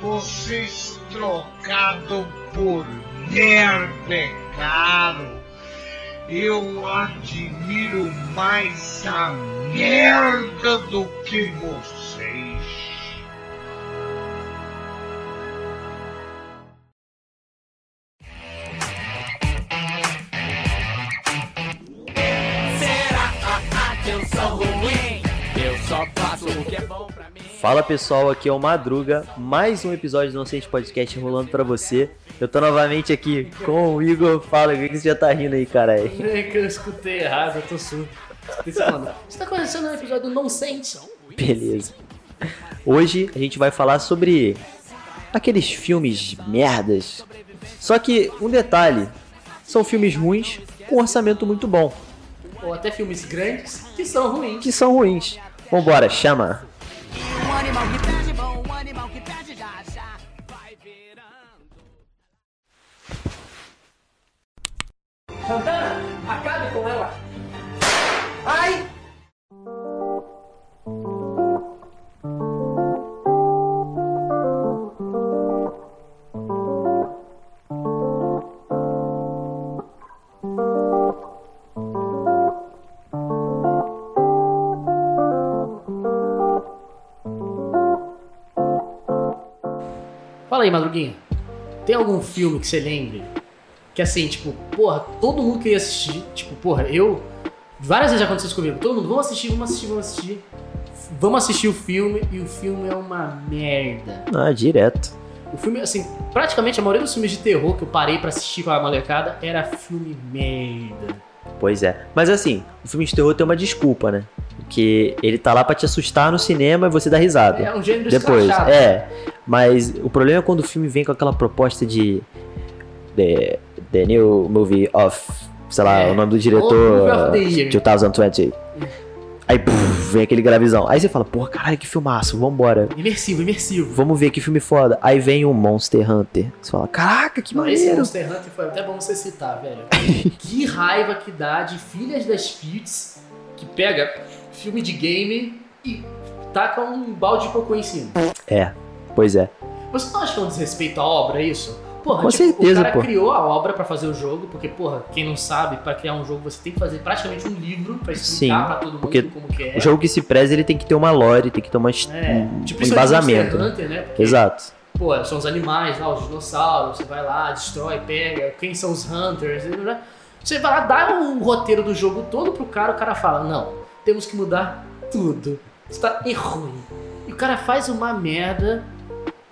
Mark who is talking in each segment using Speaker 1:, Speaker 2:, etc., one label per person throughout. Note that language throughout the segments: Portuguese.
Speaker 1: Vocês trocado por merda, é caro. Eu admiro mais a merda do que vocês.
Speaker 2: Fala pessoal, aqui é o Madruga, mais um episódio do Inocente Podcast rolando pra você. Eu tô novamente aqui com o Igor. Fala, Igor, que você já tá rindo aí, caralho?
Speaker 3: É que eu escutei errado, eu tô surdo. Escutei isso falando. Você tá conhecendo o episódio do Nonsense?
Speaker 2: Beleza. Hoje a gente vai falar sobre aqueles filmes merdas. Só que um detalhe, são filmes ruins com orçamento muito bom,
Speaker 3: Ou até filmes grandes que são ruins.
Speaker 2: que são ruins. Vambora, chama.
Speaker 4: Um animal que pede bom, um animal que pede já já. Vai virando.
Speaker 3: Santana, acabe com ela. Fala aí, Madruguinha. Tem algum filme que você lembre? Que assim, tipo, porra, todo mundo queria assistir. Tipo, porra, eu. Várias vezes já aconteceu isso comigo. Todo mundo, vamos assistir, vamos assistir, vamos assistir. Vamos assistir o filme e o filme é uma merda.
Speaker 2: Ah, direto.
Speaker 3: O filme, assim, praticamente a maioria dos filmes de terror que eu parei pra assistir com a molecada era filme merda.
Speaker 2: Pois é. Mas assim, o filme de terror tem uma desculpa, né? Porque ele tá lá pra te assustar no cinema e você dá risada.
Speaker 3: É um gênero
Speaker 2: Depois,
Speaker 3: escrachado.
Speaker 2: é. Mas o problema é quando o filme vem com aquela proposta de. The, the New Movie of. Sei lá,
Speaker 3: É,
Speaker 2: o nome do
Speaker 3: Old Movie
Speaker 2: diretor.
Speaker 3: of the Year.
Speaker 2: 2020. Aí puf, vem aquele gravizão. Aí você fala, porra, caralho, que filmaço, vambora.
Speaker 3: Imersivo, imersivo.
Speaker 2: Vamos ver que filme foda. Aí vem um Monster Hunter. Você fala, caraca, que
Speaker 3: Esse
Speaker 2: maneiro.
Speaker 3: Monster Hunter foi até bom você citar, velho. que raiva que dá de filhas das Spitz que pega filme de game e taca um balde de cocô em cima.
Speaker 2: É, pois é.
Speaker 3: Você não acha que é um desrespeito à obra isso? Porra,
Speaker 2: Com
Speaker 3: tipo,
Speaker 2: certeza,
Speaker 3: o cara
Speaker 2: pô.
Speaker 3: criou a obra pra fazer o jogo, porque, porra, quem não sabe, pra criar um jogo você tem que fazer praticamente um livro pra explicar
Speaker 2: Sim,
Speaker 3: pra todo mundo
Speaker 2: porque
Speaker 3: como que é.
Speaker 2: O jogo que se preza, ele tem que ter uma lore, tem que ter uma,
Speaker 3: É,
Speaker 2: um
Speaker 3: tipo isso é de
Speaker 2: embasamento.
Speaker 3: Monster
Speaker 2: né?
Speaker 3: Hunter, né? Porque,
Speaker 2: Exato.
Speaker 3: Pô, são os animais lá, os dinossauros, você vai lá, destrói, pega, quem são os hunters, né? você vai lá, dá o roteiro do jogo todo pro cara, o cara fala, não, temos que mudar tudo, isso tá é ruim. E o cara faz uma merda,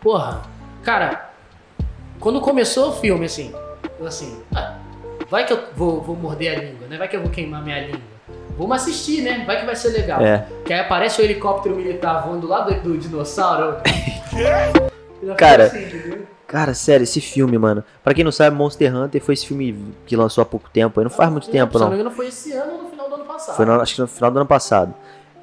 Speaker 3: porra, cara, quando começou o filme, assim, eu assim, ah, vai que eu vou, vou morder a língua, né, vai que eu vou queimar minha língua. Vamos assistir, né? Vai que vai ser legal.
Speaker 2: É.
Speaker 3: Que aí aparece o helicóptero militar voando lá do, do dinossauro. Eu já
Speaker 2: Cara,
Speaker 3: falei assim, entendeu?
Speaker 2: Cara, sério, esse filme, mano. Pra quem não sabe, Monster Hunter foi esse filme que lançou há pouco tempo. Aí não faz muito tempo,
Speaker 3: Se não me
Speaker 2: não.
Speaker 3: engano, foi esse ano ou no final do ano passado.
Speaker 2: Foi, no- acho que no final do ano passado.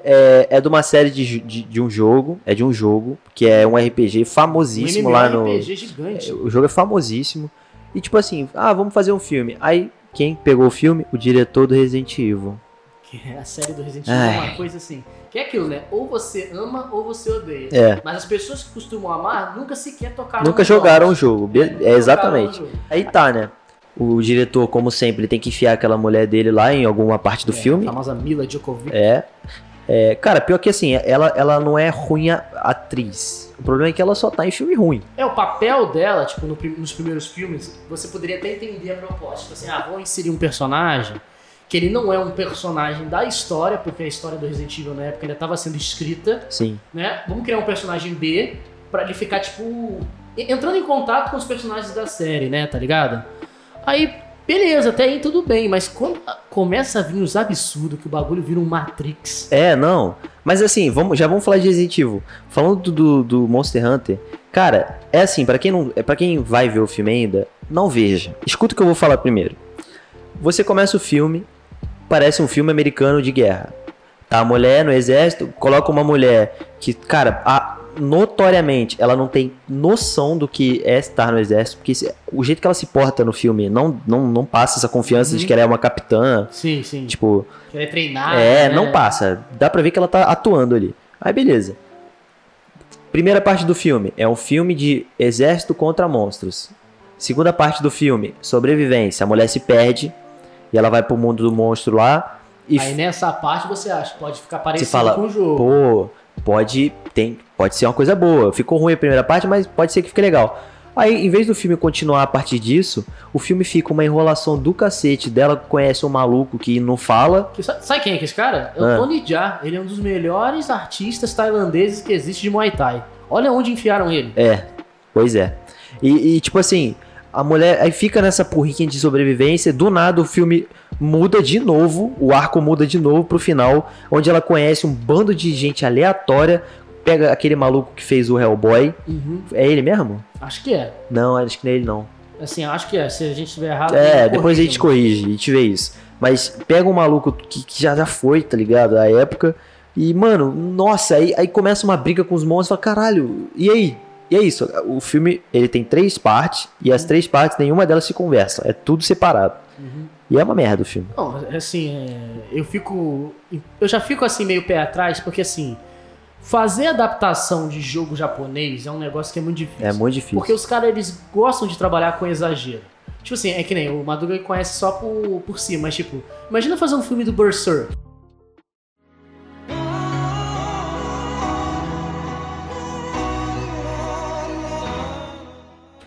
Speaker 2: É, é de uma série de, ju- de, de um jogo. É de um jogo, que é um RPG famosíssimo
Speaker 3: um
Speaker 2: lá no.
Speaker 3: RPG gigante.
Speaker 2: O jogo é famosíssimo. E tipo assim, ah, vamos fazer um filme. Aí, quem pegou o filme? O diretor do Resident Evil.
Speaker 3: Que é a série do Resident Evil é uma coisa assim. Que é aquilo, né? Ou você ama ou você odeia.
Speaker 2: É.
Speaker 3: Mas as pessoas que costumam amar nunca sequer tocaram
Speaker 2: Nunca
Speaker 3: nos
Speaker 2: jogaram o
Speaker 3: jogos.
Speaker 2: jogo.
Speaker 3: Nunca
Speaker 2: Be-
Speaker 3: tocaram
Speaker 2: É,
Speaker 3: no
Speaker 2: exatamente.
Speaker 3: jogo.
Speaker 2: Aí tá, né? O diretor, como sempre, ele tem que enfiar aquela mulher dele lá em alguma parte do
Speaker 3: É,
Speaker 2: filme.
Speaker 3: A famosa Mila Djokovic.
Speaker 2: É. É, Cara, pior que assim, ela, ela não é ruim a- atriz. O problema é que ela só tá em filme ruim.
Speaker 3: É, o papel dela, tipo, no prim- nos primeiros filmes, você poderia até entender a proposta. Tipo assim, ah, vou inserir um personagem que ele não é um personagem da história, porque a história do Resident Evil na época ainda estava sendo escrita.
Speaker 2: Sim.
Speaker 3: né? Vamos criar um personagem B pra ele ficar, tipo, e- entrando em contato com os personagens da série, né? Tá ligado? Aí, beleza, até aí tudo bem, mas quando a- começa a vir os absurdos que o bagulho vira um Matrix.
Speaker 2: É, não. Mas assim, vamos, já vamos falar de Resident Evil. Falando do, do Monster Hunter, cara, é assim, pra quem não, é para quem vai ver o filme ainda, não veja. Escuta o que eu vou falar primeiro. Você começa o filme, parece um filme americano de guerra. Tá? A mulher no exército, coloca uma mulher que, cara, a- notoriamente ela não tem noção do que é estar no exército, porque se- o jeito que ela se porta no filme não, não, não passa essa confiança de que ela é uma capitã.
Speaker 3: Sim, sim.
Speaker 2: Tipo,
Speaker 3: Ela é treinada.
Speaker 2: é,
Speaker 3: né?
Speaker 2: não passa. Dá pra ver que ela tá atuando ali. Aí beleza. Primeira parte do filme é um filme de exército contra monstros. Segunda parte do filme, sobrevivência. A mulher se perde e ela vai pro mundo do monstro lá e
Speaker 3: Aí né?
Speaker 2: f-
Speaker 3: nessa parte você acha, pode ficar
Speaker 2: você
Speaker 3: parecido
Speaker 2: fala,
Speaker 3: com o jogo.
Speaker 2: pô, pode, tem, pode ser uma coisa boa. Ficou ruim a primeira parte, mas pode ser que fique legal. Aí, em vez do filme continuar a partir disso, o filme fica uma enrolação do cacete dela conhece um maluco que não fala.
Speaker 3: Que sa- Sabe quem é que esse cara? É o
Speaker 2: Ah.
Speaker 3: Tony Jaa. Ele é um dos melhores artistas tailandeses que existe de Muay Thai. Olha onde enfiaram ele.
Speaker 2: É, pois é. E, e, tipo assim, a mulher aí fica nessa porriquinha de sobrevivência, do nada o filme muda de novo, o arco muda de novo pro final, onde ela conhece um bando de gente aleatória, pega aquele maluco que fez o Hellboy. É ele mesmo?
Speaker 3: Acho que é.
Speaker 2: Não, acho que não é ele não.
Speaker 3: Assim, acho que é. Se a gente estiver errado.
Speaker 2: É,
Speaker 3: corrija,
Speaker 2: depois a gente
Speaker 3: mano.
Speaker 2: corrige, a gente vê isso. Mas pega um maluco que, que já, já foi, tá ligado? A época. E, mano, nossa, aí, aí começa uma briga com os monstros. Fala, caralho, e aí? E é isso. O filme, ele tem três partes. E
Speaker 3: Uhum.
Speaker 2: as três partes, nenhuma delas se conversa. É tudo separado.
Speaker 3: Uhum.
Speaker 2: E é uma merda o filme.
Speaker 3: Não, assim, é, eu fico. Eu já fico assim meio pé atrás, porque assim. Fazer adaptação de jogo japonês é um negócio que é muito difícil.
Speaker 2: É muito difícil.
Speaker 3: Porque os caras, eles gostam de trabalhar com exagero. Tipo assim, é que nem o Madruga ele conhece só por, por si, mas tipo, imagina fazer um filme do Berserk.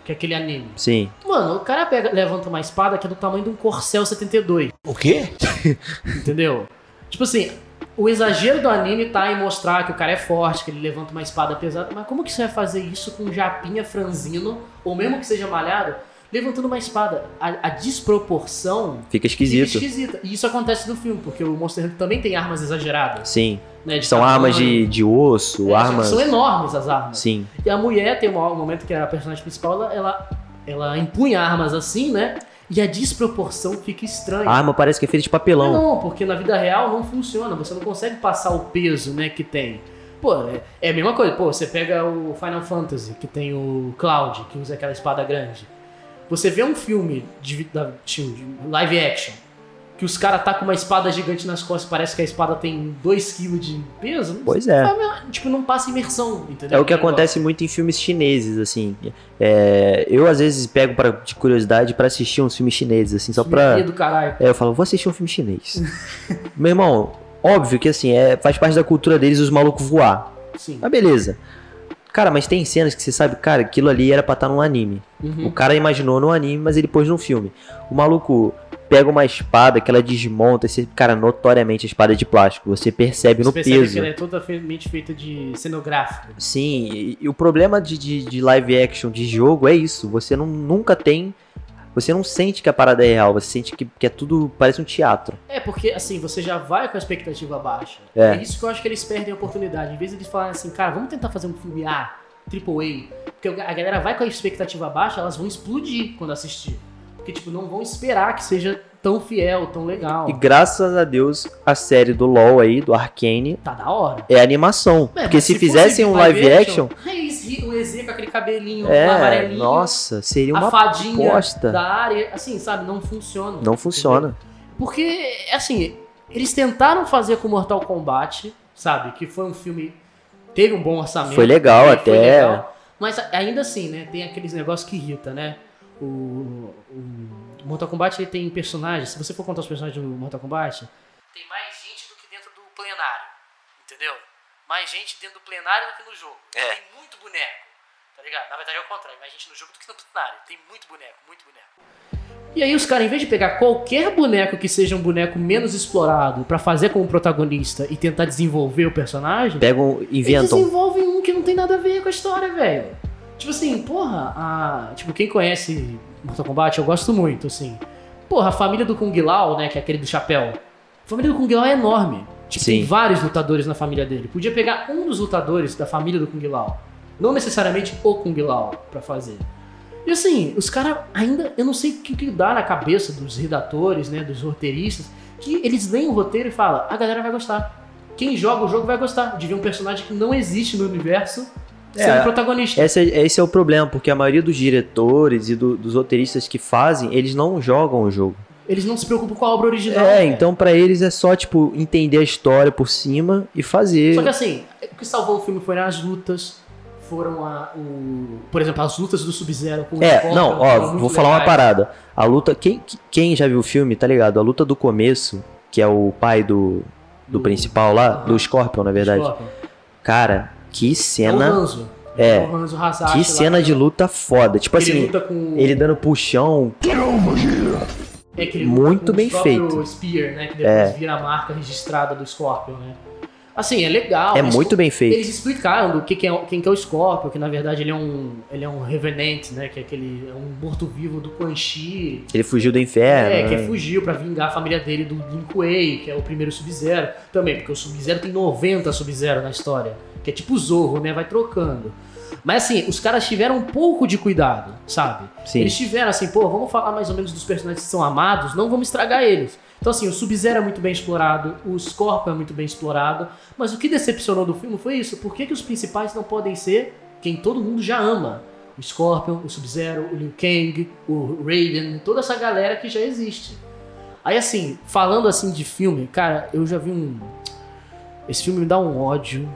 Speaker 3: Que é aquele anime.
Speaker 2: Sim.
Speaker 3: Mano, o cara pega, levanta uma espada que é do tamanho de um Corcel 72.
Speaker 1: O quê?
Speaker 3: Entendeu? tipo assim, o exagero do anime tá em mostrar que o cara é forte, que ele levanta uma espada pesada. Mas como que você vai fazer isso com um japinha franzino, ou mesmo que seja malhado, levantando uma espada? A, a desproporção
Speaker 2: Fica
Speaker 3: fica
Speaker 2: esquisito.
Speaker 3: esquisita. E isso acontece no filme, porque o Monster Hunter também tem armas exageradas.
Speaker 2: Sim.
Speaker 3: Né, de
Speaker 2: São
Speaker 3: tamanho.
Speaker 2: armas de, de osso,
Speaker 3: É, só que
Speaker 2: armas.
Speaker 3: São enormes as armas.
Speaker 2: Sim.
Speaker 3: E a mulher tem um momento que a personagem principal, ela, ela, ela empunha armas assim, né? E a desproporção fica estranha.
Speaker 2: A arma parece que é feita de
Speaker 3: Mas
Speaker 2: papelão.
Speaker 3: não, porque na vida real não funciona. Você não consegue passar o peso, né, que tem. Pô, é, é a mesma coisa. Pô, você pega o Final Fantasy, que tem o Cloud, que usa aquela espada grande. Você vê um filme de, vi- da- tipo, de live action, que os caras tá com uma espada gigante nas costas, parece que a espada tem 2kg de peso. não
Speaker 2: Pois é.
Speaker 3: Tipo, não passa imersão, entendeu? Tipo,
Speaker 2: É o que acontece muito em filmes chineses, assim. É, eu às vezes pego pra, de curiosidade pra assistir uns filmes chineses, assim, só pra.
Speaker 3: Filme do caralho.
Speaker 2: É, eu falo, vou assistir um filme chinês. Meu irmão, óbvio que assim, é, faz parte da cultura deles os malucos voar.
Speaker 3: Sim.
Speaker 2: Mas beleza. Cara, mas tem cenas que você sabe, cara, aquilo ali era pra estar num anime. O
Speaker 3: Uhum.
Speaker 2: cara imaginou num anime, mas ele pôs num filme. O maluco pega uma espada que ela desmonta, e você, cara, notoriamente a espada é de plástico. Você percebe no
Speaker 3: Você percebe
Speaker 2: peso.
Speaker 3: que ela é totalmente feita de cenográfico.
Speaker 2: Sim, e, e o problema de, de, de live action de jogo é isso. Você não, nunca tem. Você não sente que a parada é real, você sente que, que é tudo. parece um teatro.
Speaker 3: É, porque assim, você já vai com a expectativa baixa.
Speaker 2: É.
Speaker 3: É. isso que eu acho que eles perdem a oportunidade. Em vez de eles falarem assim, cara, vamos tentar fazer um filme A, AAA. Porque a galera vai com a expectativa baixa, elas vão explodir quando assistir. Porque, tipo, não vão esperar que seja tão fiel, tão legal.
Speaker 2: E graças a Deus, a série do LOL aí, do Arcane,
Speaker 3: Tá da hora.
Speaker 2: é animação.
Speaker 3: É,
Speaker 2: porque
Speaker 3: mas
Speaker 2: se,
Speaker 3: fosse
Speaker 2: fizessem um live action,
Speaker 3: Aí, é o EZ com aquele cabelinho
Speaker 2: é.
Speaker 3: um amarelinho,
Speaker 2: Nossa, seria
Speaker 3: a
Speaker 2: uma
Speaker 3: fadinha
Speaker 2: bosta.
Speaker 3: da área, assim, sabe? Não funciona.
Speaker 2: Não funciona.
Speaker 3: Porque, assim, eles tentaram fazer com Mortal Kombat, sabe? Que foi um filme. Teve um bom orçamento.
Speaker 2: Foi legal
Speaker 3: né?
Speaker 2: até.
Speaker 3: mas a- ainda assim, né? Tem aqueles negócios que irrita, né? O, o Mortal Kombat ele tem personagens. Se você for contar os personagens do Mortal Kombat, tem mais gente do que dentro do plenário. Entendeu? Mais gente dentro do plenário do que no jogo. Tem muito boneco. Tá ligado? Na verdade é o contrário. Mais gente no jogo do que no plenário. Tem muito boneco, muito boneco. E aí os caras, em vez de pegar qualquer boneco que seja um boneco menos explorado pra fazer como protagonista e tentar desenvolver o personagem,
Speaker 2: Pegam,
Speaker 3: eles
Speaker 2: inventam.
Speaker 3: desenvolvem um que não tem nada a ver com a história, velho. Tipo assim, porra, a- tipo, quem conhece Mortal Kombat, eu gosto muito, assim. Porra, a família do Kung Lao, né, que é aquele do chapéu. A família do Kung Lao é enorme. Tipo,
Speaker 2: Sim.
Speaker 3: tem vários lutadores na família dele. Podia pegar um dos lutadores da família do Kung Lao. Não necessariamente o Kung Lao pra fazer. E assim, os caras ainda. Eu não sei o que, que dá na cabeça dos redatores, né? Dos roteiristas, que eles leem o roteiro e falam, a galera vai gostar. quem joga o jogo vai gostar de ver um personagem que não existe no universo
Speaker 2: É,
Speaker 3: sendo protagonista.
Speaker 2: Esse é, esse é o problema, porque a maioria dos diretores e do- dos roteiristas que fazem, eles não jogam o jogo.
Speaker 3: Eles não se preocupam com a obra original.
Speaker 2: É,
Speaker 3: né?
Speaker 2: então pra eles é só, tipo, entender a história por cima e fazer.
Speaker 3: Só que assim, o que salvou o filme foram as lutas, foram a, o, por exemplo, as lutas do Sub-Zero com o
Speaker 2: É,
Speaker 3: Scorpion,
Speaker 2: não,
Speaker 3: foram
Speaker 2: ó,
Speaker 3: muito
Speaker 2: vou falar uma
Speaker 3: legais.
Speaker 2: parada. A luta, quem, quem já viu o filme, tá ligado? A luta do começo, que é o pai do, do
Speaker 3: Do-
Speaker 2: principal lá,
Speaker 3: Aham.
Speaker 2: do Scorpion, na verdade.
Speaker 3: Scorpion.
Speaker 2: Cara, que
Speaker 3: É o
Speaker 2: cena,
Speaker 3: Hanzo.
Speaker 2: É.
Speaker 3: o Hanzo Hasashi
Speaker 2: que
Speaker 3: lá, né?
Speaker 2: cena de luta foda. Tipo
Speaker 3: Ele
Speaker 2: assim,
Speaker 3: luta com
Speaker 2: ele dando puxão,
Speaker 3: É que ele
Speaker 2: Muito
Speaker 3: luta com
Speaker 2: bem
Speaker 3: o próprio
Speaker 2: feito. É.
Speaker 3: Spear, né? Que depois vira a marca registrada do Scorpion, né? Assim, é legal.
Speaker 2: é
Speaker 3: mas
Speaker 2: muito bem feito.
Speaker 3: Eles explicaram do que, que é, o- quem que é o Scorpion, que na verdade ele é um, ele é um revenant, né? Que é aquele é um morto-vivo do Quan Chi.
Speaker 2: Ele fugiu do
Speaker 3: É,
Speaker 2: inferno.
Speaker 3: que
Speaker 2: né?
Speaker 3: fugiu pra vingar a família dele do Lin Kuei, que é o primeiro Sub-Zero. Também, porque o Sub-Zero tem 90 Sub-Zero na história. Que é tipo o Zorro, né? Vai trocando. Mas assim, os caras tiveram um pouco de cuidado, sabe?
Speaker 2: Sim.
Speaker 3: Eles tiveram assim, pô, vamos falar mais ou menos dos personagens que são amados, não vamos estragar eles. Então, assim, o Sub-Zero é muito bem explorado, o Scorpion é muito bem explorado, mas o que decepcionou do filme foi isso. Por que, que os principais não podem ser quem todo mundo já ama? O Scorpion, o Sub-Zero, o Liu Kang, o Raiden, toda essa galera que já existe. Aí, assim, falando assim de filme, cara, eu já vi um. Esse filme me dá um ódio.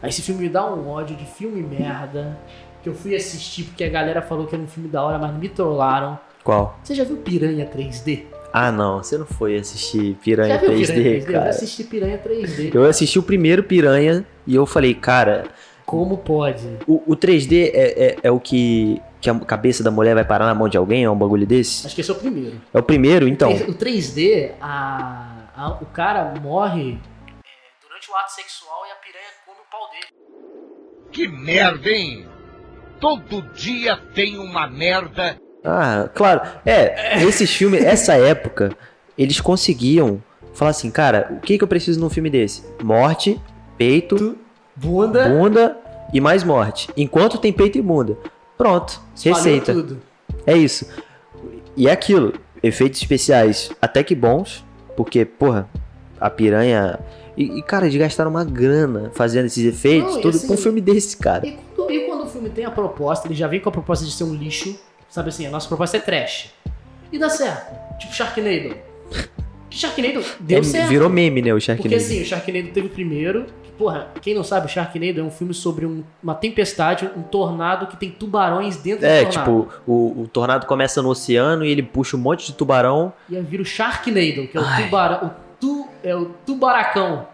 Speaker 3: Aí Esse filme me dá um ódio de filme merda. Que eu fui assistir porque a galera falou que era um filme da hora, mas me trollaram.
Speaker 2: Qual?
Speaker 3: Você já viu Piranha 3D?
Speaker 2: Ah, não, você não foi assistir
Speaker 3: já
Speaker 2: Piranha
Speaker 3: viu
Speaker 2: 3D,
Speaker 3: Eu já
Speaker 2: cara.
Speaker 3: assisti Piranha 3D.
Speaker 2: Eu assisti o primeiro Piranha e eu falei, cara,
Speaker 3: Como pode?
Speaker 2: O, o 3D é, é- é o que, que a cabeça da mulher vai parar na mão de alguém? É um bagulho desse?
Speaker 3: Acho que esse é o primeiro.
Speaker 2: É o primeiro, então.
Speaker 3: O 3D, a- a- o cara morre é, durante o ato sexual e a piranha come o pau dele.
Speaker 1: Que merda, hein? Todo dia tem uma merda
Speaker 2: Ah, claro. É, esses filmes, essa época, eles conseguiam falar assim, cara, o que, que eu preciso num filme desse? Morte, peito,
Speaker 3: Bunda,
Speaker 2: bunda e mais morte. Enquanto tem peito e bunda. Pronto,
Speaker 3: falhou
Speaker 2: receita.
Speaker 3: tudo.
Speaker 2: É isso. E é aquilo, efeitos especiais até que bons, porque, porra, a piranha. E, e, cara, eles gastaram uma grana fazendo esses efeitos,
Speaker 3: Não, e
Speaker 2: tudo
Speaker 3: assim-
Speaker 2: pra um filme desse, cara.
Speaker 3: E quando, e quando o filme tem a proposta, ele já vem com a proposta de ser um lixo, sabe assim, a nossa proposta é trash. E dá certo. Tipo Sharknado. Que Sharknado deu
Speaker 2: É,
Speaker 3: certo.
Speaker 2: Virou meme, né, o
Speaker 3: Porque
Speaker 2: Sharknado.
Speaker 3: assim, o Sharknado teve o primeiro. que, Porra, quem não sabe, o Sharknado é um filme sobre um- uma tempestade, um tornado que tem tubarões dentro
Speaker 2: é,
Speaker 3: do tornado.
Speaker 2: tipo, o, o tornado começa no oceano e ele puxa um monte de tubarão.
Speaker 3: E aí vira o Sharknado, que é o
Speaker 2: Ai.
Speaker 3: tubarão. O tu, é o tubaracão.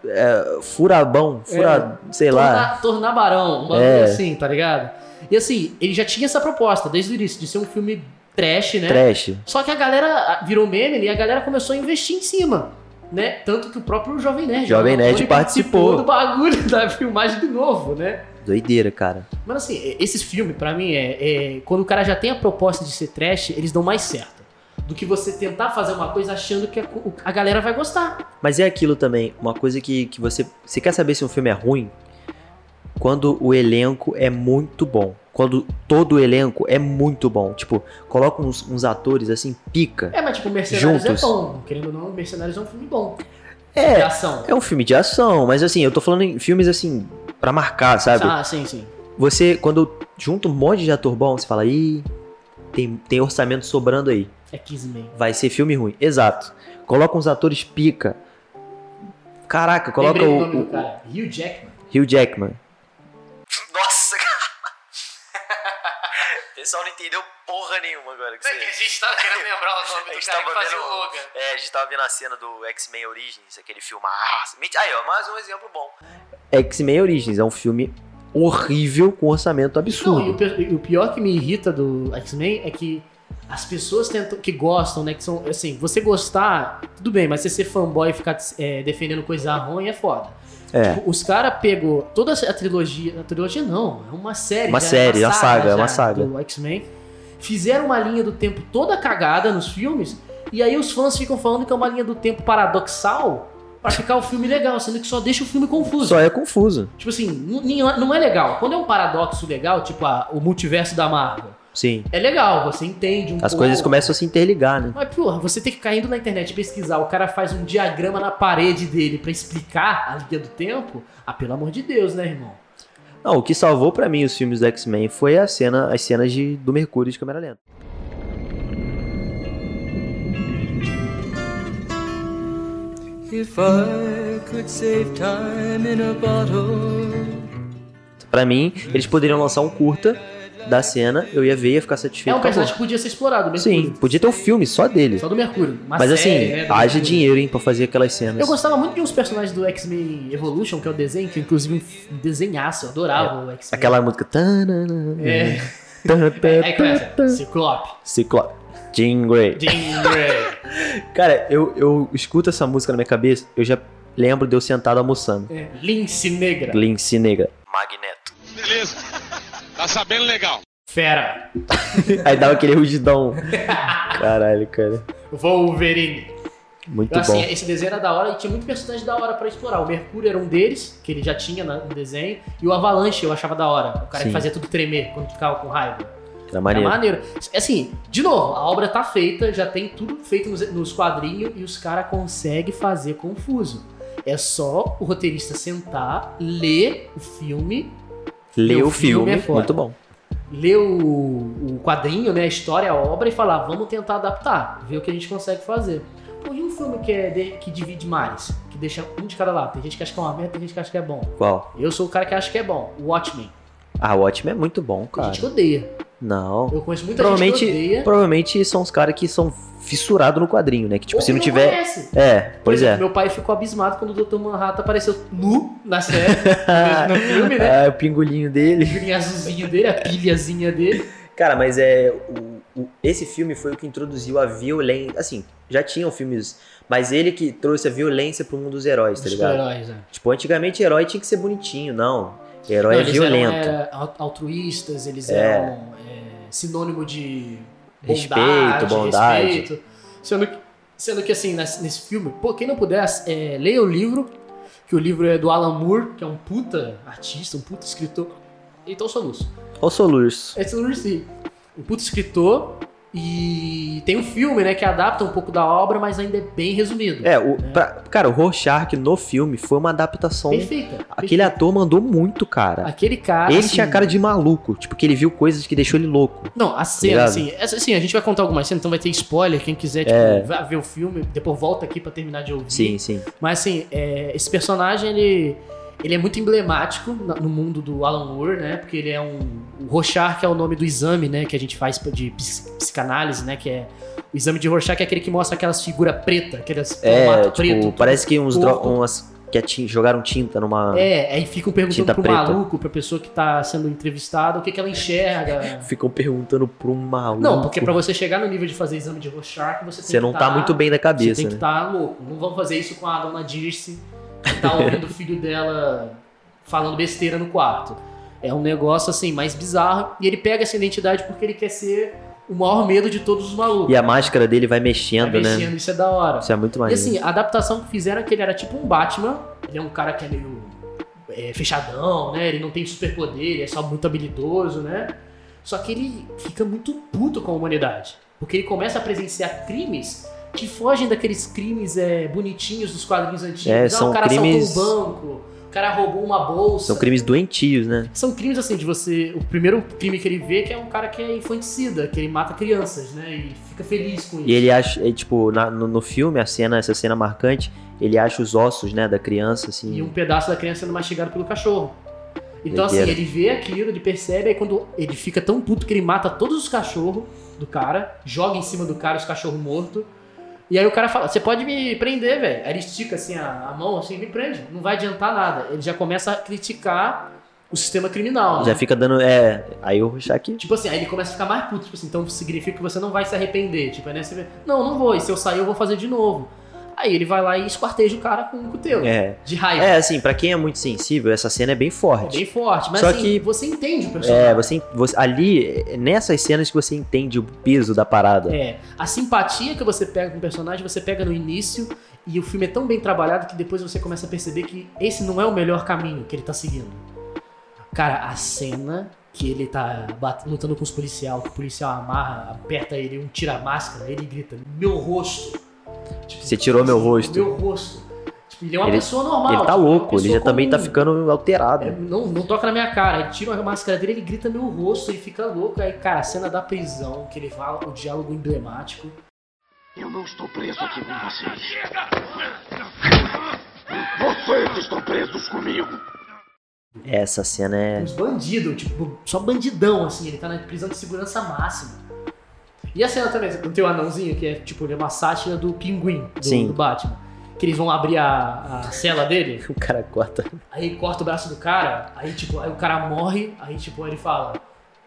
Speaker 2: Furabão, fura.
Speaker 3: É.
Speaker 2: sei É lá.
Speaker 3: Torna- Tornabarão, um bagulho
Speaker 2: É.
Speaker 3: assim, tá ligado? E assim, ele já tinha essa proposta desde o início, de ser um filme trash, né?
Speaker 2: Trash.
Speaker 3: Só que a galera virou meme né? e a galera começou a investir em cima. Né? Tanto que o próprio Jovem Nerd.
Speaker 2: Jovem
Speaker 3: o
Speaker 2: Nerd
Speaker 3: Rony
Speaker 2: participou.
Speaker 3: do bagulho da filmagem de novo, né?
Speaker 2: Doideira, cara.
Speaker 3: Mas assim, é- esses filmes, pra mim, é, é- Quando o cara já tem a proposta de ser trash, eles dão mais certo. Do que você tentar fazer uma coisa achando que a, co- a galera vai gostar.
Speaker 2: Mas é aquilo também, uma coisa que, que você. Você quer saber se um filme é ruim? Quando o elenco é muito bom. Quando todo o elenco é muito bom. Tipo, coloca uns, uns atores assim, pica.
Speaker 3: É, mas tipo, Mercenários
Speaker 2: Juntos.
Speaker 3: é bom. Querendo ou não, Mercenários é um filme bom. De
Speaker 2: É,
Speaker 3: ação.
Speaker 2: é um filme de ação, mas assim, eu tô falando em filmes assim, pra marcar, sabe?
Speaker 3: Ah, sim, sim.
Speaker 2: Você, quando junta um monte de ator bom, você fala, ih, tem, tem orçamento sobrando aí.
Speaker 3: É 15 meio.
Speaker 2: Vai ser filme ruim. Exato. Coloca uns atores pica. Caraca, coloca
Speaker 3: Lembrei
Speaker 2: o,
Speaker 3: o nome do
Speaker 2: o,
Speaker 3: cara. Hugh Jackman.
Speaker 2: Hugh Jackman. Nossa, cara. O pessoal não entendeu porra nenhuma agora. Que você...
Speaker 3: é gente tava querendo lembrar o
Speaker 2: A gente tava vendo. É, a gente tava vendo a cena do X-Men Origins, aquele filme. Aí, ó, mais um exemplo bom. X-Men Origins é um filme horrível com orçamento
Speaker 3: Não, e o,
Speaker 2: absurdo.
Speaker 3: pe- e o pior que me irrita do X-Men é que as pessoas tentam, que gostam, né? Que são, assim, você gostar, tudo bem, mas você ser fanboy e ficar é, defendendo coisa ruim é foda.
Speaker 2: É.
Speaker 3: Tipo, Os caras pegou toda a trilogia. A trilogia não, é uma série.
Speaker 2: Uma
Speaker 3: já,
Speaker 2: série, uma saga, é
Speaker 3: já
Speaker 2: uma saga.
Speaker 3: Do X-Men. Fizeram uma linha do tempo toda cagada nos filmes. E aí os fãs ficam falando que é uma linha do tempo paradoxal pra ficar o filme legal, sendo que só deixa o filme confuso.
Speaker 2: Só é confuso.
Speaker 3: é Tipo assim, n- n- não é legal. Quando é um paradoxo legal, tipo ah, o multiverso da Marvel,
Speaker 2: Sim.
Speaker 3: É legal, você entende um
Speaker 2: As
Speaker 3: pouco.
Speaker 2: coisas começam a se interligar, né?
Speaker 3: Mas, porra, você tem que ficar indo na internet pesquisar, o cara faz um diagrama na parede dele pra explicar a linha do tempo. Ah, pelo amor de Deus, né, irmão?
Speaker 2: Não, o que salvou pra mim os filmes do X-Men foi a cena, as cenas de, do Mercúrio de câmera lenta.
Speaker 5: If I could save time in a bottle,
Speaker 2: Pra mim, eles poderiam lançar um curta da cena, eu ia ver, ia ficar
Speaker 3: É
Speaker 2: satisfeito.
Speaker 3: um personagem
Speaker 2: acabou.
Speaker 3: que podia ser explorado, Mercúrio.
Speaker 2: tá Sim, podia ter um filme só dele.
Speaker 3: Só do Mercúrio. Uma
Speaker 2: Mas assim,
Speaker 3: série, né, do
Speaker 2: haja
Speaker 3: Mercúrio.
Speaker 2: dinheiro, hein, pra fazer aquelas cenas.
Speaker 3: Eu gostava muito de uns personagens do X-Men Evolution, que é o desenho, que inclusive um desenhaço, eu adorava o X-Men.
Speaker 2: Aquela música. tanana,
Speaker 3: É,
Speaker 2: tanana,
Speaker 3: aí começa. é, Ciclope.
Speaker 2: Ciclope. Jean Grey.
Speaker 3: Jean Grey.
Speaker 2: Cara, eu, eu escuto essa música na minha cabeça, eu já lembro de eu sentado almoçando.
Speaker 3: É, Lince Negra.
Speaker 2: Lince Negra.
Speaker 6: Beleza. Tá sabendo legal.
Speaker 3: Fera.
Speaker 2: Aí dava aquele rugidão. Caralho, cara.
Speaker 3: Wolverine.
Speaker 2: Muito
Speaker 3: Então, assim,
Speaker 2: bom.
Speaker 3: esse desenho era da hora e tinha muito personagem da hora pra explorar. O Mercúrio era um deles, que ele já tinha na- no desenho, e o Avalanche eu achava da hora. O cara
Speaker 2: Sim.
Speaker 3: que fazia tudo tremer quando ficava com raiva.
Speaker 2: Era
Speaker 3: Era
Speaker 2: maneiro.
Speaker 3: é maneiro. Assim, de novo, a obra tá feita, já tem tudo feito nos, nos quadrinhos e os caras conseguem fazer confuso. É só o roteirista sentar, ler o filme,
Speaker 2: Lê
Speaker 3: Meu
Speaker 2: o filme.
Speaker 3: filme é foda.
Speaker 2: muito bom.
Speaker 3: ler o, o quadrinho, né, a história, a obra e falar, vamos tentar adaptar, ver o que a gente consegue fazer. Pô, e um filme que, é de- que divide mares, que deixa um de cada lado? Tem gente que acha que é uma merda, tem gente que acha que é bom.
Speaker 2: Qual?
Speaker 3: Eu sou o cara que acha que é bom, Watchmen. Tem
Speaker 2: Ah, o Watchmen é muito bom, cara.
Speaker 3: gente que odeia.
Speaker 2: Não.
Speaker 3: Eu conheço muita gente que
Speaker 2: Provavelmente,
Speaker 3: odeia.
Speaker 2: provavelmente são os caras que são fissurados no quadrinho, né? Que tipo,
Speaker 3: ou
Speaker 2: se
Speaker 3: que
Speaker 2: não tiver.
Speaker 3: conhece.
Speaker 2: É,
Speaker 3: Por
Speaker 2: pois é.
Speaker 3: exemplo, Meu pai ficou abismado quando o Dr. Manhattan apareceu nu na série, no no filme, né?
Speaker 2: Ah, o pingulinho dele.
Speaker 3: O azulzinho dele, a pilhazinha dele.
Speaker 2: Cara, mas é. o- o- esse filme foi o que introduziu a violência. Assim, já tinham filmes. Mas ele que trouxe a violência pro mundo dos heróis, tá
Speaker 3: Dos
Speaker 2: ligado?
Speaker 3: super-heróis, né?
Speaker 2: Tipo, antigamente herói tinha que ser bonitinho, não. Herói
Speaker 3: Não,
Speaker 2: é
Speaker 3: eles
Speaker 2: violento.
Speaker 3: eram era, al- altruístas, eles
Speaker 2: É.
Speaker 3: eram é, sinônimo de bondade,
Speaker 2: Respeito, bondade.
Speaker 3: respeito. Sendo que, sendo que assim, nesse, nesse filme, pô, quem não puder, ass- é, leia o livro, que o livro é do Alan Moore, que é um puta artista, um puta escritor. Então soluço.
Speaker 2: Ó o soluço.
Speaker 3: É Lucy. Um puto escritor. E tem um filme, né, que adapta um pouco da obra, mas ainda é bem resumido.
Speaker 2: É, o, pra- cara, o Rorschach no filme foi uma adaptação.
Speaker 3: Perfeita.
Speaker 2: Aquele
Speaker 3: perfeita.
Speaker 2: ator mandou muito, cara.
Speaker 3: Aquele cara.
Speaker 2: ele
Speaker 3: assim,
Speaker 2: tinha cara de maluco, tipo, que ele viu coisas que deixou ele louco.
Speaker 3: Não, a cena,
Speaker 2: ligado?
Speaker 3: assim, essa, assim, a gente vai contar algumas cenas, então vai ter spoiler, quem quiser, tipo,
Speaker 2: É.
Speaker 3: vá ver o filme, depois volta aqui pra terminar de ouvir.
Speaker 2: Sim, sim.
Speaker 3: Mas assim, é, esse personagem, ele, ele é muito emblemático na- no mundo do Alan Moore, né? Porque ele é um. O Rorschach é o nome do exame, né? Que a gente faz de ps- psicanálise, né? Que é. O exame de Rorschach é aquele que mostra aquelas figuras pretas, aquelas
Speaker 2: É,
Speaker 3: formato
Speaker 2: tipo, parece que uns dro-
Speaker 3: corpo.
Speaker 2: umas que atin- jogaram tinta numa.
Speaker 3: É, aí ficam perguntando
Speaker 2: Tinta
Speaker 3: pro
Speaker 2: preta.
Speaker 3: maluco, pra pessoa que tá sendo entrevistada, o que, que ela enxerga.
Speaker 2: Ficam perguntando pro maluco.
Speaker 3: Não, porque pra você chegar no nível de fazer exame de Rorschach, você tem
Speaker 2: Você
Speaker 3: que
Speaker 2: não tá muito bem da
Speaker 3: Você
Speaker 2: cabeça,
Speaker 3: tem
Speaker 2: né?
Speaker 3: que estar louco. Não vamos fazer isso com a dona Dirce, que tá ouvindo o filho dela falando besteira no quarto. É um negócio assim, mais bizarro. E ele pega essa identidade porque ele quer ser o maior medo de todos os malucos.
Speaker 2: E a máscara dele vai mexendo,
Speaker 3: Tá
Speaker 2: né?
Speaker 3: vencendo, Isso é da hora.
Speaker 2: Isso é muito
Speaker 3: E
Speaker 2: maneiro.
Speaker 3: assim, a adaptação que fizeram é que ele era tipo um Batman. Ele é um cara que é meio é, fechadão, né? Ele não tem superpoder, ele é só muito habilidoso, né? Só que ele fica muito puto com a humanidade. Porque ele começa a presenciar crimes que fogem daqueles crimes é, bonitinhos dos quadrinhos antigos.
Speaker 2: É,
Speaker 3: Ah,
Speaker 2: são
Speaker 3: o cara
Speaker 2: crimes-
Speaker 3: assaltou um banco, o cara roubou uma bolsa.
Speaker 2: São crimes doentios, né?
Speaker 3: São crimes assim de você. O primeiro crime que ele vê é que é um cara que é infanticida, que ele mata crianças, né? E fica feliz com isso.
Speaker 2: E ele acha, é, tipo, na- no, no filme, a cena, essa cena marcante, ele acha os ossos, né, da criança, assim.
Speaker 3: e um pedaço da criança sendo mastigado pelo cachorro. Então, assim,
Speaker 2: Doideira.
Speaker 3: ele vê aquilo, ele percebe, aí quando ele fica tão puto que ele mata todos os cachorros do cara, joga em cima do cara os cachorros mortos. E aí o cara fala: Você pode me prender, velho. Aí ele estica assim a, a mão, assim, me prende. Não vai adiantar nada. Ele já começa a criticar o sistema criminal. né?
Speaker 2: Já fica dando. É. Aí o Rorschach.
Speaker 3: Tipo assim, aí ele começa a ficar mais puto, tipo assim, então significa que você não vai se arrepender. Tipo, aí né, você vê, não, não vou, e se eu sair eu vou fazer de novo. Aí ele vai lá e esquarteja o cara com um cutelo.
Speaker 2: É.
Speaker 3: De raiva.
Speaker 2: É, assim, pra quem é muito sensível, essa cena é bem
Speaker 3: É bem
Speaker 2: forte.
Speaker 3: forte, mas
Speaker 2: Só
Speaker 3: assim,
Speaker 2: que-
Speaker 3: você entende o
Speaker 2: É,
Speaker 3: personagem.
Speaker 2: você, você. Ali, é nessas cenas que você entende o peso da parada.
Speaker 3: É, a simpatia que você pega com o personagem, você pega no início, e o filme é tão bem trabalhado que depois você começa a perceber que esse não é o melhor caminho que ele tá seguindo. Cara, a cena que ele tá bat- lutando com os policial, que o policial amarra, aperta ele, um tira a máscara, ele grita, meu rosto. Tipo,
Speaker 2: Você tirou meu rosto.
Speaker 3: Meu rosto. Tipo, ele é uma
Speaker 2: Ele-
Speaker 3: pessoa normal.
Speaker 2: Ele tá
Speaker 3: tipo, uma
Speaker 2: louco, ele
Speaker 3: pessoa
Speaker 2: já também tá
Speaker 3: comum.
Speaker 2: ficando alterado.
Speaker 3: É, não, não toca na minha cara. Ele tira a máscara dele, ele grita meu rosto, ele fica louco. Aí, cara, a cena da prisão, que ele fala, o diálogo emblemático.
Speaker 7: Eu não estou preso aqui com vocês. Vocês estão presos comigo.
Speaker 2: Essa cena é.
Speaker 3: Uns bandidos, tipo, só bandidão, assim. Ele tá na prisão de segurança máxima. E a cena também, não tem o anãozinho, que é tipo, ele é uma sátira do pinguim, do,
Speaker 2: Sim.
Speaker 3: do Batman. Que eles vão abrir a, a cela dele.
Speaker 2: O cara corta.
Speaker 3: Aí corta o braço do cara, aí tipo, aí o cara morre, aí tipo, aí ele fala,